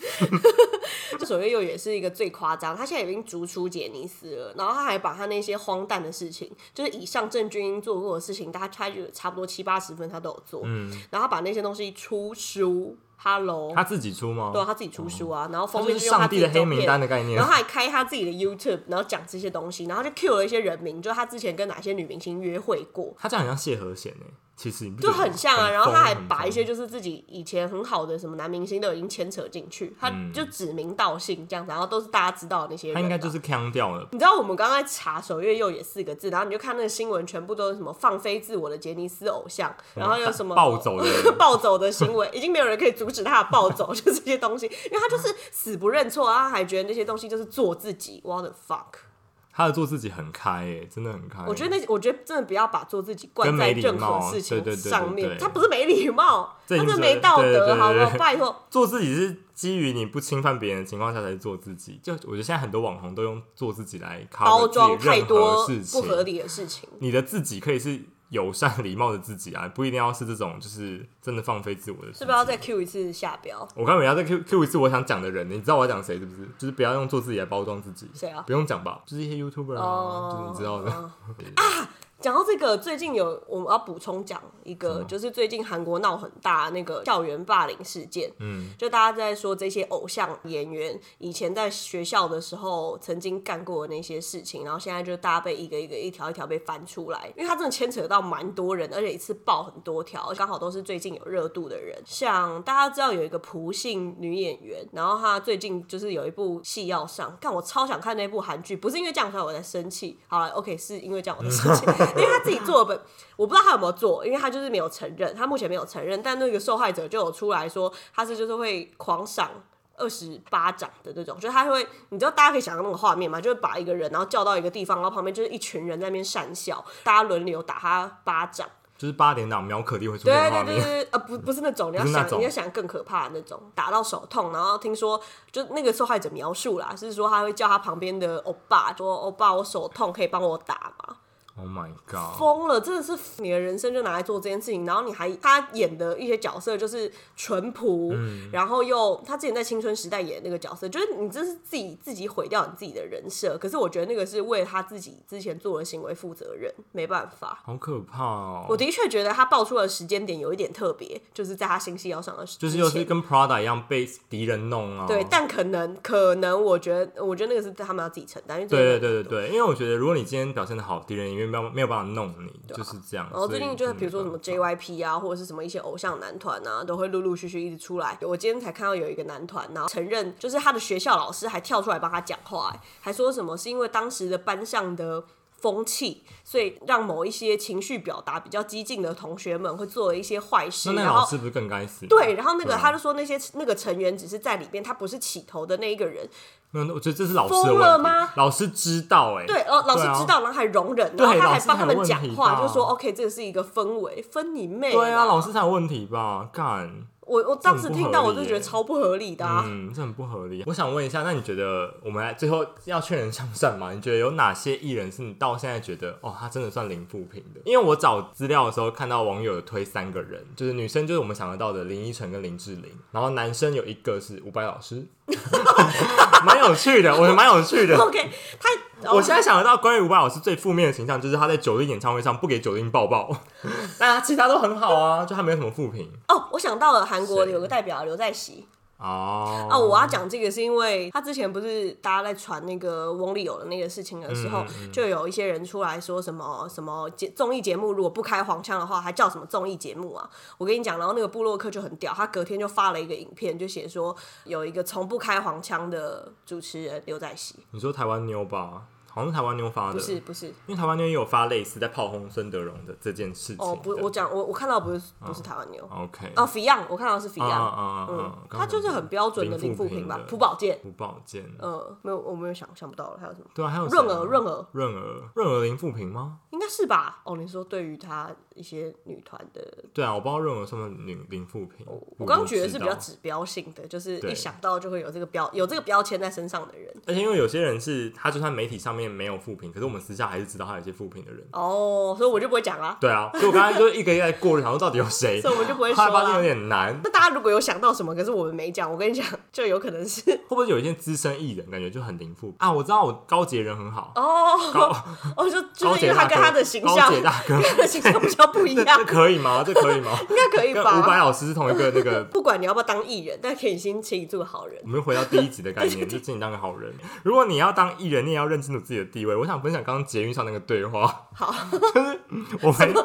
Speaker 2: 就守月右野是一个最夸张，他现在已经逐出杰尼斯了，然后他还把他那些荒诞的事情，就是以上郑钧英做过的事情，大家差距差不多七八十分他都有做，然后他把那些东西出书，Hello。
Speaker 1: 嗯他自己出吗？
Speaker 2: 哦对啊，他自己出书啊，然后
Speaker 1: 他
Speaker 2: 封
Speaker 1: 就
Speaker 2: 面
Speaker 1: 是
Speaker 2: 用他
Speaker 1: 上
Speaker 2: 自
Speaker 1: 帝
Speaker 2: 己
Speaker 1: 的
Speaker 2: 的
Speaker 1: 黑
Speaker 2: 照
Speaker 1: 名
Speaker 2: 片
Speaker 1: 单的概念
Speaker 2: 然。后他还开他自己的 YouTube，然后讲这些东西，然后就 cue 了一些人名，就是他之前跟哪些女明星约会过。
Speaker 1: 他这样很像谢和弦哎、其实你不觉
Speaker 2: 就
Speaker 1: 得
Speaker 2: 很像啊。然后他
Speaker 1: 疯
Speaker 2: 还
Speaker 1: 很
Speaker 2: 把一
Speaker 1: 疯
Speaker 2: 些就是自己以前很好的什么男明星都已经牵扯进去，他就指名道姓这样子，然后都是大家知道的那些人
Speaker 1: 嗯
Speaker 2: 啊。
Speaker 1: 他应该就是腔掉了。
Speaker 2: 你知道我们刚才查“守月右也”四个字，然后你就看那个新闻，全部都是什么放飞自我的杰尼斯偶像，然后有什么
Speaker 1: 暴走的人
Speaker 2: [LAUGHS] 暴走的行为，已经没有人可以阻止他的暴走， [LAUGHS] 就这些东西，因为他就是死不认错，然啊后他还觉得那些东西就是做自己。What the fuck！
Speaker 1: 他的做自己很开、欸，真的很开。
Speaker 2: 我觉得那我觉得真的不要把做自己
Speaker 1: 跟
Speaker 2: 灌在
Speaker 1: 没礼
Speaker 2: 任何
Speaker 1: 貌
Speaker 2: 事
Speaker 1: 对对
Speaker 2: 情
Speaker 1: 对对
Speaker 2: 上
Speaker 1: 对
Speaker 2: 面，他不是没礼貌，
Speaker 1: 这
Speaker 2: 他
Speaker 1: 已经
Speaker 2: 是
Speaker 1: 是
Speaker 2: 没道
Speaker 1: 对对对
Speaker 2: 德，好不好？
Speaker 1: 对 [LAUGHS]
Speaker 2: 拜托，
Speaker 1: 做自己是基于你不侵犯别人的情况下才是做自己。就我觉得现在很多网红都用做自己来 cover
Speaker 2: 包装
Speaker 1: 自己任
Speaker 2: 太多
Speaker 1: 何事情
Speaker 2: 不合理的事情。
Speaker 1: 你的自己可以是友善礼貌的自己啊，不一定要是这种就是真的放飞自我的自己。
Speaker 2: 是不是要再 Q 一次下标？
Speaker 1: 我刚刚要再 Q Q 一次我想讲的人，你知道我要讲谁是不是？就是不要用做自己来包装自己。
Speaker 2: 谁啊哦嗯
Speaker 1: 不用讲吧，就是一些 YouTuber 啊，就是你知道的。
Speaker 2: 讲到这个，最近有我们要补充讲一个，就是最近韩国闹很大那个校园霸凌事件。
Speaker 1: 嗯，
Speaker 2: 就大家在说这些偶像演员以前在学校的时候曾经干过的那些事情，然后现在就大家被一个一个一条一条被翻出来，因为他真的牵扯到蛮多人，而且一次爆很多条，刚好都是最近有热度的人。像大家知道有一个朴信女演员，然后她最近就是有一部戏要上，但我超想看那部韩剧，不是因为这样所以我在生气，好了，OK，是因为这样我在生气， [LAUGHS] 因为她自己做的本，我不知道她有没有做，因为她就是没有承认，她目前没有承认，但那个受害者就有出来说，她是就是会狂赏。二十巴掌的那种，就是他会，你知道大家可以想象那种画面吗？就是把一个人，然后叫到一个地方，然后旁边就是一群人在那边讪笑，大家轮流打他巴掌。
Speaker 1: 就是八点档苗可丽会出
Speaker 2: 对
Speaker 1: 现的画
Speaker 2: 对对
Speaker 1: 面。
Speaker 2: 对，对呃，不不是那种，你要
Speaker 1: 不是那
Speaker 2: 想
Speaker 1: 种
Speaker 2: 你要想更可怕的那种，打到手痛。然后听说就那个受害者描述啦，是说他会叫他旁边的欧巴说：“欧巴，我手痛，可以帮我打吗？”
Speaker 1: Oh my god！
Speaker 2: 疯了，真的是你的人生就拿来做这件事情，然后你还他演的一些角色就是淳朴，
Speaker 1: 嗯
Speaker 2: 然后又他之前在青春时代演那个角色，就是你这是自己自己毁掉你自己的人设，可是我觉得那个是为他自己之前做的行为负责任，没办法。
Speaker 1: 好可怕哦！
Speaker 2: 我的确觉得他爆出的时间点有一点特别，就是在他新戏要上的时，
Speaker 1: 就是
Speaker 2: 之
Speaker 1: 又
Speaker 2: 前
Speaker 1: 是跟 Prada 一样被敌人弄啊。
Speaker 2: 对，但可能可能我觉得我觉得那个是他们要自己承担，因为这个
Speaker 1: 对对对对对，因为我觉得如果你今天表现的好，敌人也没有没有办法弄你，就是这样。
Speaker 2: 啊然后
Speaker 1: 所
Speaker 2: 最
Speaker 1: 以嗯
Speaker 2: 近就是
Speaker 1: 没
Speaker 2: 比如说什
Speaker 1: 办
Speaker 2: 么
Speaker 1: 法
Speaker 2: JYP 啊，或者是什么一些偶像男团啊，都会陆陆续续一直出来。我今天才看到有一个男团，然后承认就是他的学校老师还跳出来帮他讲话、欸还说什么是因为当时的班上的。风气，所以让某一些情绪表达比较激进的同学们会做了一些坏事，
Speaker 1: 那那
Speaker 2: 然
Speaker 1: 老
Speaker 2: 后
Speaker 1: 师不是更该死？
Speaker 2: 对，，然后那
Speaker 1: 对
Speaker 2: 个
Speaker 1: 啊
Speaker 2: 他就说那些那个成员只是在里面，他不是起头的那一个人，
Speaker 1: 那那我觉得这是老师的
Speaker 2: 疯
Speaker 1: 问
Speaker 2: 了
Speaker 1: 题
Speaker 2: 吗。
Speaker 1: 老师知道哎，
Speaker 2: 对，呃，老师
Speaker 1: 对啊
Speaker 2: 知道，然后还容忍，
Speaker 1: 对
Speaker 2: 然后他
Speaker 1: 老
Speaker 2: 还
Speaker 1: 师
Speaker 2: 帮
Speaker 1: 才
Speaker 2: 他
Speaker 1: 有
Speaker 2: 们
Speaker 1: 问
Speaker 2: 讲
Speaker 1: 题
Speaker 2: 话，就
Speaker 1: 吧
Speaker 2: 说 OK，这个是一个氛围，分你妹啦。
Speaker 1: 对啊，老师才有问题吧？干，
Speaker 2: 我我当时听到我就觉得
Speaker 1: 这很不合理耶
Speaker 2: 超不合理的啊！
Speaker 1: 嗯，这很不合理。我想问一下，那你觉得我们来最后要劝人向善吗？你觉得有哪些艺人是你到现在觉得哦，他真的算零负评的？因为我找资料的时候看到网友有推三个人，就是女生就是我们想得到的林依晨跟林志玲，然后男生有一个是伍佰老师， [LAUGHS] 蛮有趣的，我觉得蛮有趣的。
Speaker 2: [LAUGHS] OK，他
Speaker 1: 嗯 [LAUGHS]
Speaker 2: 哦
Speaker 1: 我现在想得到关于伍佰老师最负面的形象，就是他在九令演唱会上不给九令抱抱， [LAUGHS] 但他其他都很好啊，就他没有什么负评
Speaker 2: 哦，我想到了韩国
Speaker 1: 谁
Speaker 2: 有个代表刘在熙
Speaker 1: 哦。
Speaker 2: 啊，我要讲这个是因为他之前不是大家在传那个翁立友的那个事情的时候，
Speaker 1: 嗯
Speaker 2: 就有一些人出来说什么什么节综艺节目如果不开黄腔的话，还叫什么综艺节目啊？我跟你讲，然后那个布洛克就很屌，他隔天就发了一个影片，就写说有一个从不开黄腔的主持人刘在熙，
Speaker 1: 你说台湾妞吧，好像是台湾妞发的，
Speaker 2: 不是不是。
Speaker 1: 因为台湾妞也有发类似在炮轰孙德荣的这件事情的。
Speaker 2: 哦，不，我讲我我看到不是不是台湾牛，
Speaker 1: OK
Speaker 2: 哦，Fion，我看到是
Speaker 1: 啊
Speaker 2: Fion，
Speaker 1: 啊
Speaker 2: 嗯
Speaker 1: 啊，！
Speaker 2: 他就是很标准的零负评吧，朴宝剑，
Speaker 1: 朴宝剑，
Speaker 2: 呃，没有，我没有想想不到了，还有什么？
Speaker 1: 对啊，还有谁嗯啊
Speaker 2: 润儿，润儿
Speaker 1: 润儿，润儿零负评吗？
Speaker 2: 应该是吧？哦，你说对于他一些女团的，
Speaker 1: 对啊，我不知道润儿算不算零零负评。
Speaker 2: 我刚刚觉得是
Speaker 1: 不
Speaker 2: 比
Speaker 1: 知道
Speaker 2: 较指标性的，就是
Speaker 1: 对
Speaker 2: 一想到就会有这个标有这个标签在身上的人。
Speaker 1: 而且因为有些人是他就算媒体上面没有负评，可是我们私下还是知道他有些负评的人。
Speaker 2: 哦，所以我就不会讲啦，
Speaker 1: 对啊，所以我刚才就一个一个在过滤，想说到底有谁，
Speaker 2: [LAUGHS] 所以我们就不会
Speaker 1: 后
Speaker 2: 说啊
Speaker 1: 来发现有
Speaker 2: 啦。
Speaker 1: 点难。
Speaker 2: 那大家如果有想到什么，可是我们没讲，我跟你讲，就有可能是
Speaker 1: 会不会有一些资深艺人感觉就很零负啊？我知道我高杰人很好，
Speaker 2: 哦，哦，就就
Speaker 1: 高
Speaker 2: 是因
Speaker 1: 杰
Speaker 2: 为他
Speaker 1: 大
Speaker 2: 跟
Speaker 1: 哥，
Speaker 2: 他的形象
Speaker 1: 高，杰大哥
Speaker 2: 跟，他的形象比较不一
Speaker 1: 这 [LAUGHS]
Speaker 2: 样
Speaker 1: 这，可以吗？这可以吗？
Speaker 2: 应该可以
Speaker 1: 跟哦
Speaker 2: 吧？
Speaker 1: 伍佰老师是同一个那个，
Speaker 2: 不管你要不要当艺人，但可以先请你做个好人
Speaker 1: 我。们又回到第一集的概
Speaker 2: [LAUGHS]
Speaker 1: 念，就请你当个好人。如果你要当艺人，你也要认清楚自己的地位。我想分享刚刚捷运上那个对话，
Speaker 2: 好，
Speaker 1: 我们
Speaker 2: 这个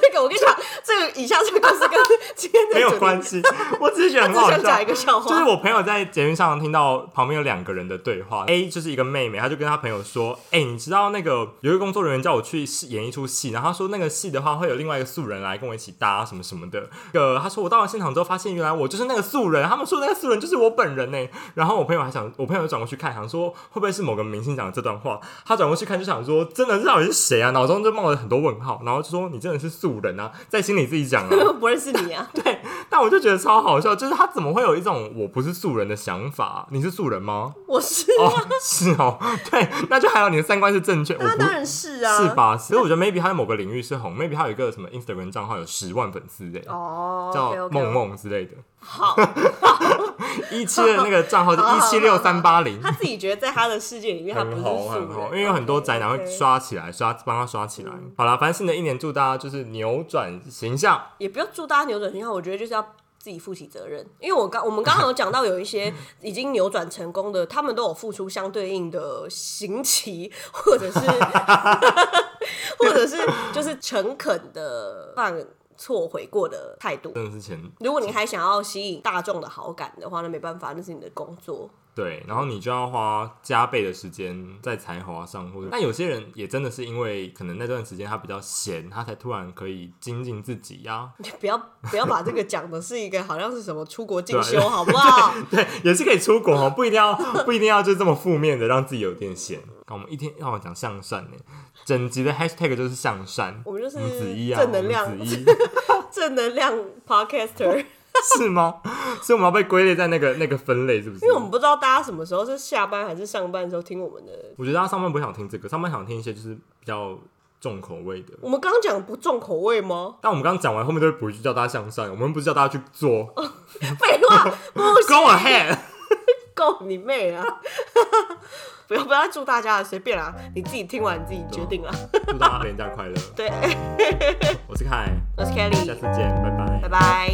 Speaker 2: 这个我跟你讲，这个以下这个故事跟今天的
Speaker 1: 没有
Speaker 2: 主题
Speaker 1: 关系，我只是觉得
Speaker 2: 我
Speaker 1: 很
Speaker 2: 只
Speaker 1: 好
Speaker 2: 想
Speaker 1: 笑
Speaker 2: 讲一。个笑话，
Speaker 1: 就是我朋友在节目上听到旁边有两个人的对话，A 就是一个妹妹，她就跟她朋友说：“哎、你知道那个有一个工作人员叫我去试演一出戏，然后她说那个戏的话会有另外一个素人来跟我一起搭什么什么的。呃，她说我到了现场之后发现原来我就是那个素人，他们说那个素人就是我本人呢、然后我朋友还想，我朋友转过去看，想说会不会是某个明星讲的这段话？他转过去看就想说，真的这到底是谁啊？脑中就冒了很多问号，然后就说你真的是素人啊，在心里自己讲啊。
Speaker 2: [LAUGHS] 不认识你啊，
Speaker 1: 对，但我就觉得超好笑，就是他怎么会有一种我不是素人的想法啊、你是素人吗？
Speaker 2: 我是
Speaker 1: 哦，是哦，对，那就还有你的三观是正确，我
Speaker 2: 他
Speaker 1: 不
Speaker 2: 当然是啊，
Speaker 1: 是？吧？所以我觉得 maybe 他在某个领域是红，maybe 他有一个什么 Instagram 账号有十万粉丝哎、
Speaker 2: 哦，
Speaker 1: 叫梦，梦之类的，
Speaker 2: 好，
Speaker 1: 一期的那个账号是
Speaker 2: 好
Speaker 1: 一
Speaker 2: 好
Speaker 1: 七六三八零，
Speaker 2: 他自己觉得在他的世界里面，他不是
Speaker 1: 很
Speaker 2: 素
Speaker 1: 红很
Speaker 2: 人，
Speaker 1: 红，因为有很多
Speaker 2: OK，
Speaker 1: 宅男会
Speaker 2: OK 嗯
Speaker 1: 刷起来，刷帮他刷起来。好了，反正新的一年祝大家就是扭转形象，
Speaker 2: 也不要祝大家扭转信号，我觉得就是要自己负起责任。因为我刚我们刚刚有讲到有
Speaker 1: [LAUGHS]
Speaker 2: 一些已经扭转成功的，他们都有付出相对应的行期，或者是 [LAUGHS] 或者是就是诚恳的犯错悔过的态度。
Speaker 1: 真的是钱
Speaker 2: 如果你还想要吸引大众的好感的话，那没办法，那是你的工作。
Speaker 1: 对，然后你就要花加倍的时间在才华上，
Speaker 2: 嗯
Speaker 1: 或者但有些人也真的是因为可能那段时间他比较闲，他才突然可以精进自己呀、 [LAUGHS]
Speaker 2: 你不要不要把这个讲的是一个好像是什么出国进修，
Speaker 1: [LAUGHS] 对啊
Speaker 2: 好不好？
Speaker 1: 对，也是可以出国哦，不一定要不一定要就这么负面的让自己有点闲。看我们一天让我讲向善呢，整集的 hashtag 就是向善，
Speaker 2: 我们就是
Speaker 1: 我们子怡啊，
Speaker 2: 正能量
Speaker 1: 我们子怡
Speaker 2: 正能量 podcaster。
Speaker 1: [LAUGHS] 是吗？所以我们要被归类在那个那个分类是不是？
Speaker 2: 因为我们不知道大家什么时候是下班还是上班的时候听我们的。
Speaker 1: 我觉得他上班不想听这个，上班想听一些就是比较重口味的。
Speaker 2: 我们刚刚讲不重口味
Speaker 1: [LAUGHS]
Speaker 2: 吗？
Speaker 1: 但我们刚刚讲完，后面都会补一句叫大家向善，我们不是叫大家去做，
Speaker 2: 废话，不行，
Speaker 1: Go [LAUGHS] ahead，
Speaker 2: 够你妹啊！ [LAUGHS] 不要不要祝大家了，随便啦，
Speaker 1: 嗯
Speaker 2: 你自己听完你自己决定啦。
Speaker 1: 祝大家廉假快乐！
Speaker 2: 对，
Speaker 1: 我是凯，
Speaker 2: 我是
Speaker 1: 下
Speaker 2: Kelly，
Speaker 1: 次见，拜拜
Speaker 2: 拜。拜。